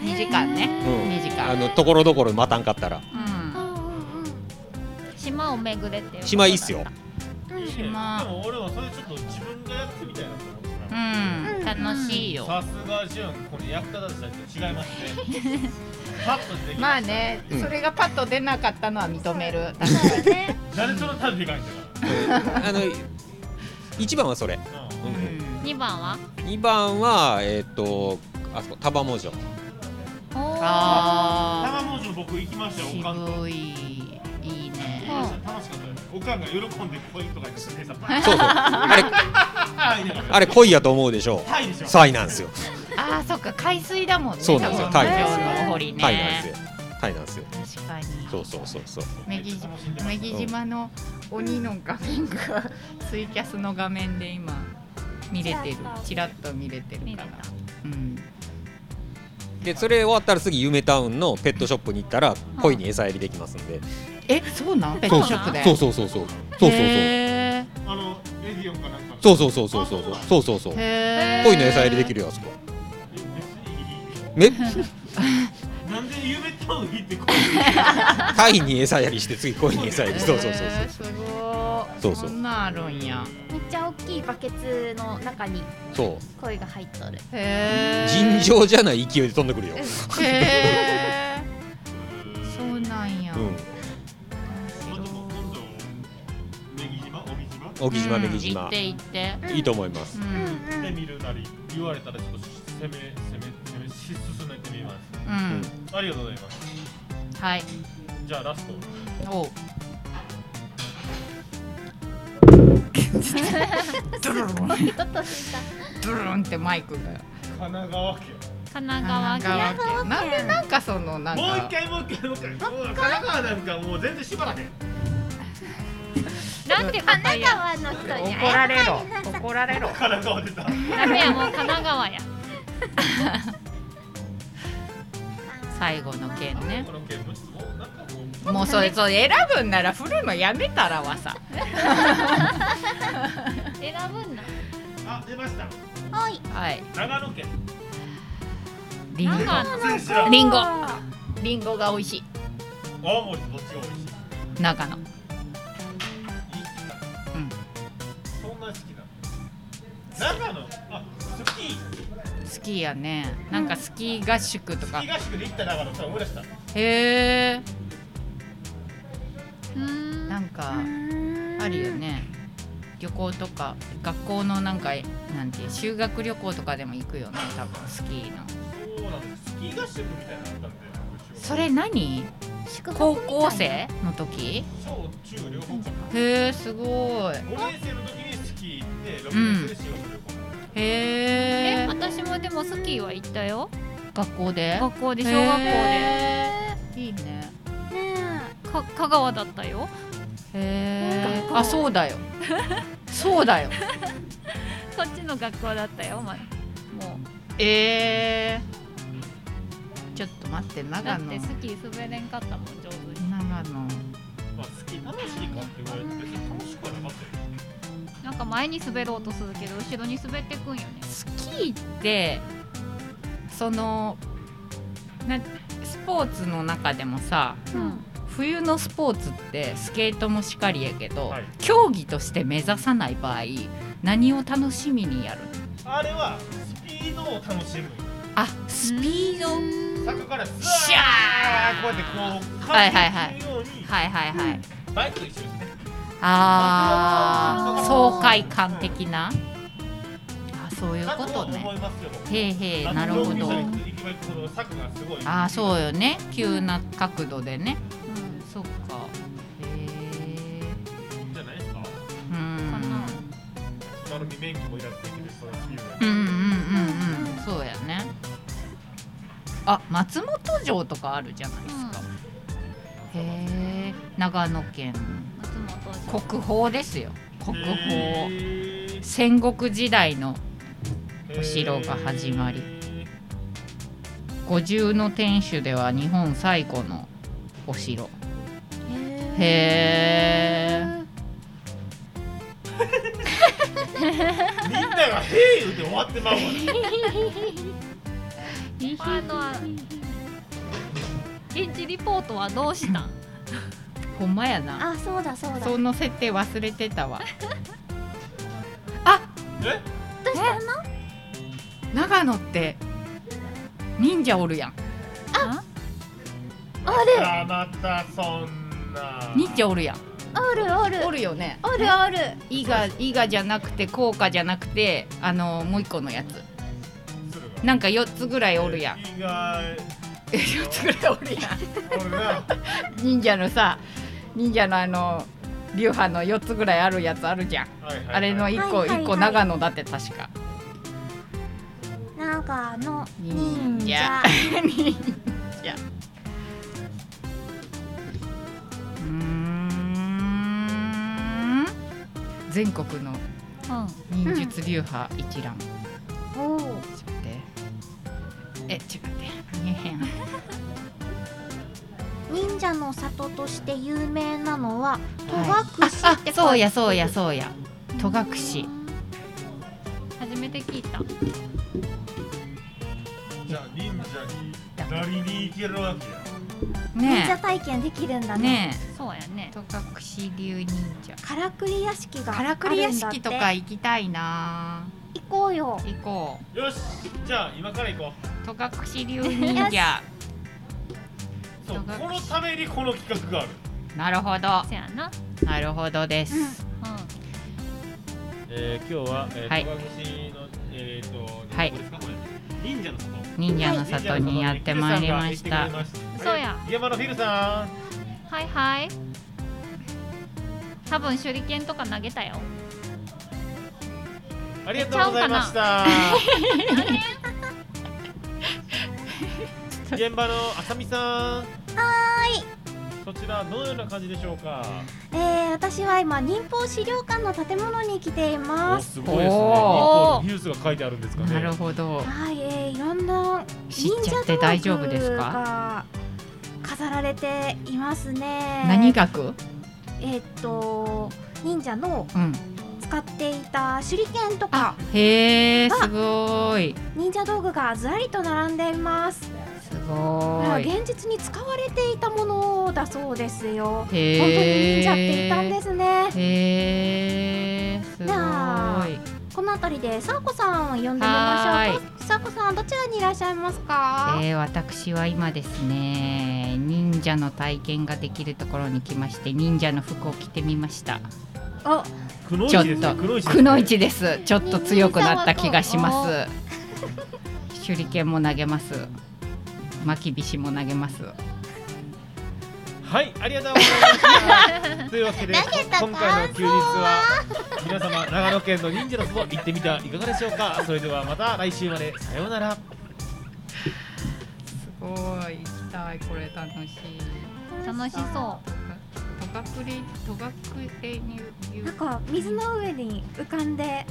S1: 2時間ね
S5: うん
S1: 2時
S5: あ
S1: 間
S5: のところどころ待たんかったら
S1: うん
S8: 島を巡れっていう
S5: 島いいっすよ
S3: いいねでも俺はそれちょっと自分がやってみたいなと思ってた
S1: うん楽しいよ
S3: さすがジュンこれ役立たずだと違いますね パッと出てき
S1: まあ
S3: ね
S1: ね
S5: うん
S1: それがパッと出なかったのは認める
S3: 誰その旅がいいんだ
S5: あの一番はそれ、
S3: から
S5: う
S1: うん
S5: ん
S8: 2番は
S5: 二番はえっ、とあそこ束文城
S8: おー
S1: あ
S3: 玉文字僕行きました
S1: ー
S3: よおかんと
S1: 渋いいいね
S3: 楽しかったよおかんが喜んでこういうとか言ってささ
S5: そうそうあれ
S3: あいいね
S5: あれ恋やと思うでしょ
S3: タイでしょ
S5: うサイなんですよ
S1: ああそっか海水だもんね
S5: そうなんですよ
S1: 多分
S5: タイなんですよ
S1: 上の堀
S5: タイなんで
S1: ね
S5: すよタイなんですよ
S1: 確かに
S5: そうそうそうそう
S1: めぎじめぎ島の鬼の画面がツイキャスの画面で今見れてるちらっと見れてるから、うん、
S5: でそれ終わったら次夢タウンのペットショップに行ったら恋に餌やりできますんで
S1: えそうなんペットショップで
S5: そう
S1: う
S5: そうそうそうそうそうそう
S1: へ
S3: あのエディオンかなんか
S5: そうそうそうそうそうそうそうそう
S1: ーへー
S5: 恋の餌やりできるよあそこ
S3: 別にいい
S5: め
S3: なんで夢タウン行ってこ
S5: タイに餌やりして次恋に餌やりそうそうそう
S1: へーすご
S5: そ
S1: いう
S5: そう
S1: そんなんあるんや
S6: めっちゃ大きいバケツの中に
S5: そうそう
S6: 恋が入っとる
S1: へ
S5: 尋
S1: へ
S5: 常じゃない勢いで飛んでくるよ
S1: えそうなんや、
S5: うん
S3: ういうのも今度女木島小木島
S5: 小木島
S1: う
S5: 女木
S1: ん行っ
S5: 島
S1: て行って、
S5: いいと思います
S1: うん
S3: で見るなり言われたらちょっと攻め攻め攻めし進めてみます
S1: うん
S3: ありがとうございます
S1: はい
S3: じゃあラスト
S1: おうドルルン
S6: ちょっとついた。
S1: ドルルンってマイクが
S3: 神奈川県
S8: 神奈川
S1: 神奈川県なんでなんかそのなんか
S3: もう一回もう一回もう一回もう神奈川なんかもう全然縛らへん
S8: 県。なんてこと
S6: 神奈
S8: 言う。
S6: 川の人に
S1: 怒られろ怒られろ
S3: 神奈川出た
S8: ダメやもう神奈川や。
S1: 最後の件ね
S3: この県もうちょっともうなんかもう
S1: もうそれそれ選ぶんなら振るのやめたらはさ
S8: 選ぶんな。
S3: あ出ました
S6: はい。
S1: はい
S3: 長野県
S1: リンゴ
S8: 長
S3: 全然知らん
S1: リンゴリンゴが美味しい
S3: 青森どっちが美味しい
S1: 長野
S3: いい気が
S1: うん
S3: そんな好きなの長野あスキ
S1: 好きやねなんかスキー合宿と
S3: ース
S1: か
S3: キー合宿で行った長野さ思い出した
S1: へえ
S8: うーん。
S1: なんかあるよね旅行とか学校のなんかなんて修学旅行とかでも行くよね多分スキーの
S3: そうなんですスキー合宿みたいなのあったんで
S1: それ何
S6: 宿
S1: 高校生の時
S3: 小中両方かな
S1: へえすごい
S3: 5年生の時にスキー行って6年生で修学旅行
S8: え
S1: へえ
S8: 私もでもスキーは行ったよ。
S1: 学校で
S8: 学校で小学校で。
S1: へーいいね
S8: か香川だったよ。
S1: へえあそう だよそうだよ
S8: こっちの学校だったよ。まあ、もう
S1: えー、ちょっと待って
S8: だ
S1: 長
S8: っ
S1: 野
S8: てスキー滑れんかったもん上手に。
S1: 長野
S3: まあスキー楽しいかって言われて別に楽しくはなかったよ
S8: なんか前に滑ろうとするけど後ろに滑ってくんよね。
S1: スキーってそのなスポーツの中でもさ
S8: うん。
S1: 冬のスポーツってスケートもしかりやけど、
S3: はい
S1: 競技として目指さない場合何を楽しみにやる
S3: あれはスピードを楽しむ
S1: あスピード
S3: 坂からスワー
S1: シャー
S3: こうやってこう
S1: は
S3: はいい
S1: は
S3: はいい
S1: は
S3: はいいように
S1: はいはいはい、
S3: バイクと一緒ですね
S1: あー爽快
S3: う
S1: 感
S3: ん
S1: 的な、あそういう
S3: だ
S1: こと
S3: 思
S1: ね
S3: いますよ
S1: へえへえなるほ
S3: 上級
S1: ど
S3: 者に行けば行くほど柵がすごい
S1: あーそうよね急な角度でね
S8: うん。
S1: そっかへえ
S3: じゃないですか
S1: う
S8: かなん
S3: なのに免許もいらなくていけるそのスピードが
S1: うんうんうんうんそうやねあ松本城とかあるじゃないですか、へえ長野県
S8: 松本城。
S1: 国宝ですよ国
S3: へ
S1: 宝
S3: ー
S1: 戦国時代のお城
S3: 白
S1: が始まり五重の天守では日本最古のお城へえ
S3: みんなが「へえ」言うて終わってまうわ
S8: あのあ現地リポートはどうしたん？
S1: ほんまやな
S2: あそうだそうだ
S1: その設定忘れてたわあ
S3: え
S1: 長野って忍者おるやん
S3: あまたそんな
S1: 忍者おるやん
S6: おるおる。
S1: おるよね
S6: おるおる。
S1: 伊賀伊賀じゃなくて甲賀じゃなくてあのもう一個のやつ
S3: 鶴が
S1: なんか4つぐらいおる やん
S3: 意外
S1: 4つぐらいおるや
S3: おるなん
S1: 忍者のさ忍者のあの流派の4つぐらいあるやつあるじゃん
S3: はいはいはい
S1: あれの1個
S2: はいはいはい
S1: 1個長野だって確か
S2: 長野
S1: 忍
S2: 忍
S1: 者
S2: 者
S1: 忍者うーん全国の
S8: うん。
S1: 忍術流派一覧、
S2: おー
S1: ちょっと待ってえちょっと待って見えへん
S2: 忍者の里として有名なのは戸隠って書
S1: あ
S2: いて
S1: あ
S2: る
S1: そうやそうやそうや戸隠
S8: 初めて聞いた。
S3: じゃあ忍者になりに行けるわけや
S2: 忍者
S1: ね
S2: 体験できるんだ
S1: え
S2: ね
S1: ね
S8: そうやね
S1: え。戸隠流忍者
S2: からくり屋敷があ
S1: か
S2: るんだ
S1: ら
S2: っ
S1: く
S2: て
S1: り屋敷とか行きたいな
S2: 行こうよ
S1: 行こう
S3: よしじゃあ今から行こ
S1: 戸隠流忍 者
S3: うそう
S1: 人が
S3: このためにこの企画がある
S1: なるほど
S8: せやな。
S1: なるほどです、
S8: う
S3: えー、今日は、えー、
S1: はい
S3: 戸隠の、えー、と、
S1: はい
S3: どこですかこれ忍者の里
S1: 忍者の里にやってまいりました。
S8: そうや
S3: 現場のフィルさ
S8: ん。はいはい。多分手裏剣とか投げたよ。
S3: ん。ありがとうございました。現場のあさみさん。はーい。そちらどのような感じでしょうか。
S2: えー、私は今民放資料館の建物に来ていま
S3: お
S2: す
S3: すごいですね。
S1: おー
S3: 日光のニュースが書いてあるんですかね。
S1: なるほど。
S2: はい、えー、いろんな
S1: 知っちゃって大丈夫です
S2: 忍者
S1: か？
S2: 道具が飾られていますね
S1: 何学？
S2: えーっと忍者の
S1: うん。
S2: 使っていた手裏剣と
S1: あ
S2: か、
S1: へえ、すごーい。
S2: 忍者道具がずらりと並んでいます
S1: すごーい。
S2: 現実に使われていたものだそうですよ
S1: へえ。
S2: 本当に忍者っていたんですね
S1: へえ、すご
S2: じゃあ
S1: ーい。
S2: この辺りでサーコさんを呼んでみましょ
S1: は
S2: うかサーコさんどちらにいらっしゃいますか、
S1: えー、私は今ですね忍者の体験ができるところに来まして忍者の服を着てみました
S3: くのい
S1: ちょっ
S3: ちですね。
S1: と
S3: くのいちですね。
S1: くのいちですちょっと強くなった気がします 手裏剣も投げます巻き菱も投げます
S3: はい、ありがとうございま した。というわけで、
S6: 投げた
S3: 今回の休日は、皆様、長野県の忍者の壺行ってみてはいかがでしょうか。それではまた来週まで、さようなら。
S1: すごい行きたいこれ楽しい
S8: 楽しそう
S1: トガクレトガクレに言
S2: なんか水の上に浮かんで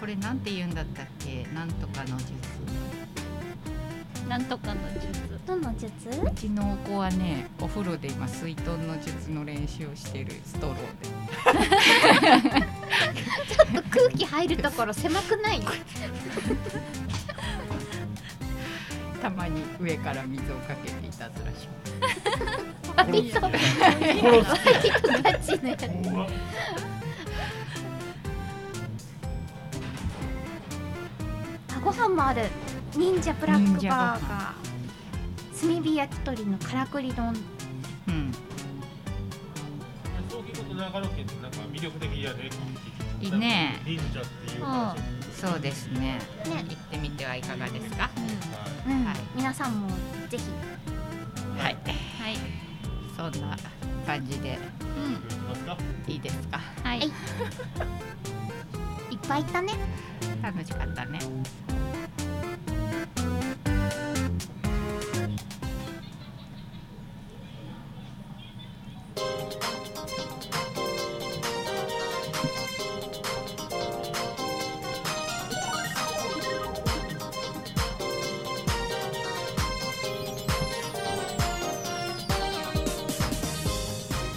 S1: これなんて言うんだったっけなんとかの術
S8: なんとかの術
S2: どの術
S1: うちの子はねお風呂で今水遁の術の練習をしてるストローで
S6: 空気入るところ狭くない
S1: たまに上から水をかけていたずらしま
S6: 割と 割
S3: 心つけ
S6: とガチのやつ
S2: あご飯もある忍者ブラック
S1: 忍者ご
S2: バ
S1: 飯
S2: ーガー炭火焼き鳥のからくり丼
S1: す。うん。
S3: そう聞くと長野県ってなんか魅力的やね。
S1: いいね
S3: 忍者っていう話。
S1: そうですね。
S2: ね
S1: 行ってみてはいかがですか。
S2: うん、
S1: はい
S2: 皆さんもぜひ
S1: はい。はい。そんな感じで
S3: 行きますか
S1: いいですか。
S8: はい
S2: いっぱい行ったね
S1: 楽しかったね。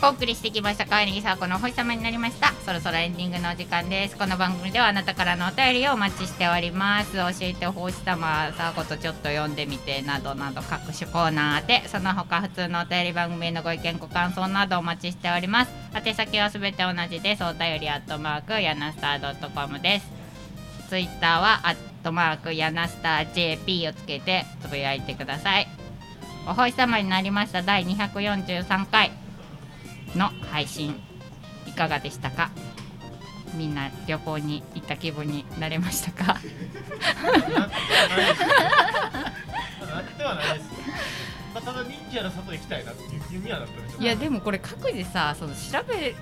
S1: お送りしてきました川柳さあこのお星様になりましたそろそろエンディングのお時間ですこの番組ではあなたからのお便りをお待ちしております教えてお星様さあことちょっと読んでみてなどなど各種コーナーでその他普通のお便り番組へのご意見ご感想などお待ちしております宛先はすべて同じですお便りアットマークヤナスター .com ですツイッターはアットマークヤナスター JP をつけてつぶやいてくださいお星様になりました第243回の配信いかがでしたかみんな旅行に行った気分になれましたか
S3: なってはないです。なってはないです。まあ、ただ忍者の里行きたいなっていう気にはなったでしょ。
S1: いやでもこれ各自さその調べ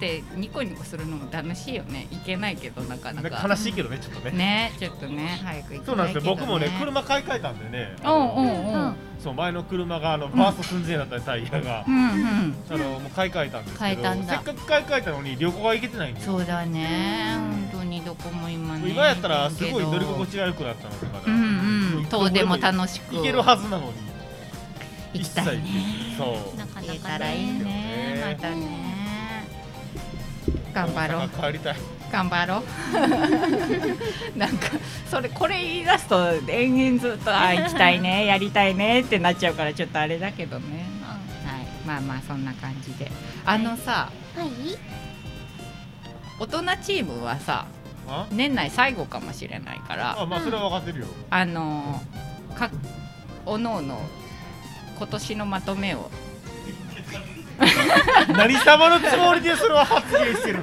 S1: てニコニコするのも楽しいよねいけないけどなかな
S3: なん
S1: か
S3: か悲しいけどね、ちょっとね。
S1: ねちょっとね早く行き
S3: そうなん
S1: たい
S3: で
S1: けど、ね、
S3: すよ、僕もね、車買い替えたんでね、
S1: うんうんうん
S3: そう前の車があのバースト寸前だったりタイヤが
S1: う、んうん
S3: あのもう買い替えたんです
S1: 買
S3: け
S1: え
S3: ど、
S1: たんだ
S3: せっかく買い替えたのに旅行が行けてないんで、
S1: そうだね本当にどこも今ね
S3: 今やったらすごい乗り
S1: 行
S3: 心
S1: け
S3: 地が良くなったので、まだ
S1: どうんうん遠出も
S3: し
S1: 楽しく
S3: 行けるはずなのに、
S1: 行きたいね
S3: 一切そう。
S8: なか
S1: 行
S8: な
S1: けた
S8: から
S1: いい
S8: ね
S1: ねまたね頑張ろう
S3: 大阪帰りたい。
S1: 頑張ろう なんかそれこれ言い出すと延々ずっとあ行きたい ねやりたいねってなっちゃうからちょっとあれだけどね、はい、まあまあそんな感じであのさ
S2: はい
S1: 大人チームはさ
S3: あ、
S1: 年内最後かもしれないから
S3: あまあそれは分かってるよ。
S1: あのかおのおの今年のまとめを
S3: 何様のつもりでそれは発言 してるの。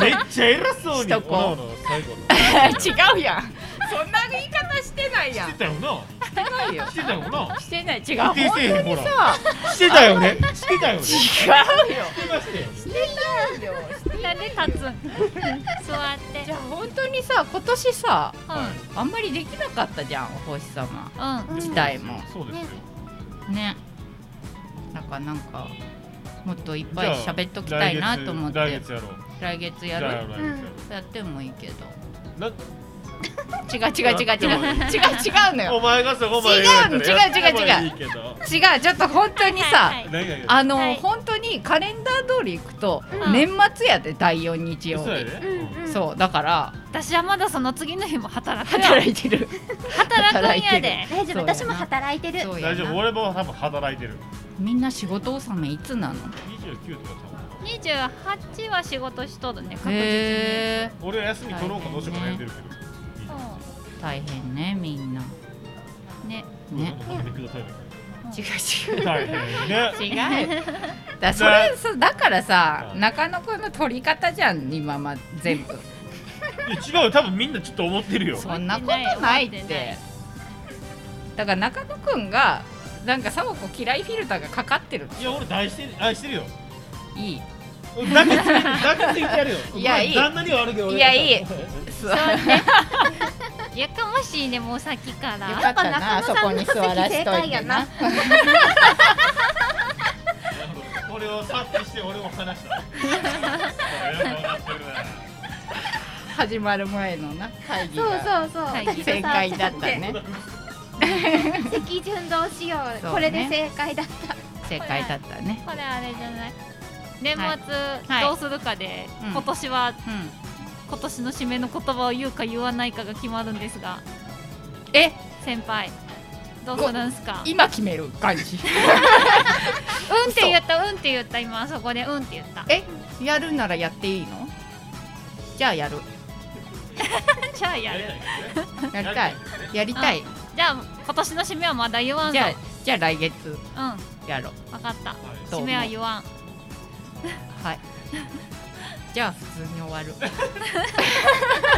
S3: めっちゃ偉そう
S1: し
S3: に。
S1: とこう
S3: おのおの最後 の。
S1: 違うやんそんな言い方してないやん
S3: し。てたよな
S1: してないよ。
S3: してたよな
S1: してない。違う。
S3: 否定せえへんほら
S1: さ
S3: してたよねしてたよねし
S1: 違うよ。
S3: てましたよ
S1: 違うよ。
S8: みんなで立つん座って
S1: じゃあ本当にさ今年さ
S3: は
S1: あんまりできなかったじゃんお星様
S8: うん
S3: い
S1: 自体も
S3: そうですよ
S1: ね。なんかなんかもっといっぱ
S3: じ
S1: い
S3: ゃあ
S1: 喋っときたいなと思って
S3: 来月やろう
S1: 来月や
S3: じゃあ
S1: る
S3: 来月やろ
S1: やってもいいけど
S3: うな
S1: 違う違う違う違う違う違うの
S3: お
S1: よ
S3: 前がそこまで
S1: 違うの違う違う違う
S3: 違ういいけど
S1: 違うちょっと本当にさ
S8: はいはい
S3: 何が言う
S1: あの、
S8: はい
S1: 本当にカレンダー通り行くと、
S8: うん
S1: 年末やで第4日曜
S3: 嘘や
S1: 日、
S3: で
S1: そうだから
S8: 私はまだその次の日も働くよ
S1: 働いてる
S8: 働くん
S1: 働い
S8: や
S1: て
S8: で
S6: 大
S1: そ
S6: 丈夫
S1: うやな
S6: 私も働いてる
S1: そうや
S3: 大丈夫
S1: な
S3: 俺も多分働いてる
S1: みんな仕事納めいつなの
S3: 29とか多分
S8: 28は仕事しとるね確実に、
S1: へえ
S3: 俺は休み取ろうかどうしようか悩んでるけど
S8: う
S1: 大変ねみんな
S8: ね
S1: ね
S3: どうぞ飲んでくださいね
S1: 違う違う
S3: 大変ね
S1: 違う だそれさだからさ
S3: うん
S1: 中野くんの取り方じゃん今ま全 部
S3: いや違うよ多分みんなちょっと思ってるよ
S1: そんなことないっ
S8: 思ってな
S1: て
S8: い
S1: だから中野くんがなんかサボ子嫌いフィルターがかかってる
S3: いや俺大して愛してるよ
S1: いい
S3: 抱きついて抱きついてやるよ
S1: いやいい
S3: 旦那にはあるけど俺
S1: いやいい
S8: そうねやかましいねもう先から
S1: よかったな、あそこに座らしとい
S6: 席正解
S1: て
S6: や
S1: な
S6: な。
S3: 俺を察知して俺も話した。それよくわかってるな
S1: 始まる前のな、会議
S6: そう
S1: が
S6: そうそう
S8: はい
S6: だけどさ
S1: 正解だったね。
S6: 席順どうしよ
S1: そうね
S6: うこれで正解だった
S1: 正解だったね。
S8: これあれじゃない年
S1: はい
S8: 末どうするかで、
S1: うん
S8: 今年は
S1: うん。
S8: 今年の締めの言葉を言うか言わないかが決まるんですが
S1: え、
S8: 先輩どうするんすか
S1: 今決める感じ。
S8: うんって言ったうんって言った今あそこでうんって言った
S1: え、やるならやっていいの？じゃあやる。
S8: じゃあやる
S1: やりたい。やりたい。
S8: じゃあ今年の締めはまだ言わん
S1: じ
S8: ぞ
S1: ゃあじゃあ来月
S8: う
S1: やろう。
S8: ん分かった
S1: どう
S8: 締
S1: 思う
S8: めは言わん
S1: はい。じゃあ普通に終わる。
S3: はい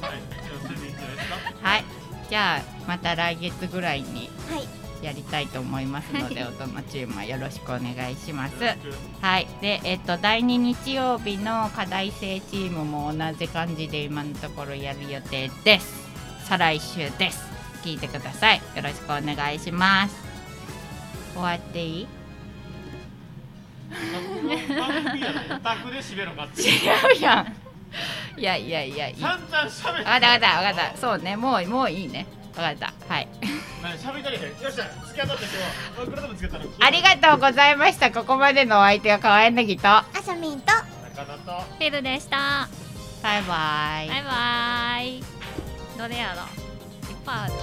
S3: じゃあそれでいいんじゃないで すか
S1: はい。じゃあまた来月ぐらいに
S6: はい
S1: やりたいと思いますので、大人チームはよろしくお願いします。
S3: よろしく
S1: はい、で、えっと、第2日曜日の課題生チームも同じ感じで今のところやる予定です。再来週です。聞いてください。よろしくお願いします。終わっていい
S3: 番組やろオタクで締めろかって
S1: 違うやん。いやいやいや、いい。わ
S3: 散々喋って
S1: かったわかったわかった。そうね、もうもういいね。わかった。はい。
S3: 何喋ったりへんよっしゃ付き合ったって今日いくらでも付き合ったの
S1: ありがとうございました。ここまでのお相手が川柳と。バ
S6: あさみんと
S3: 中田と
S8: フェルでした
S1: イバイ
S8: バイ。バイどれやろういっぱいある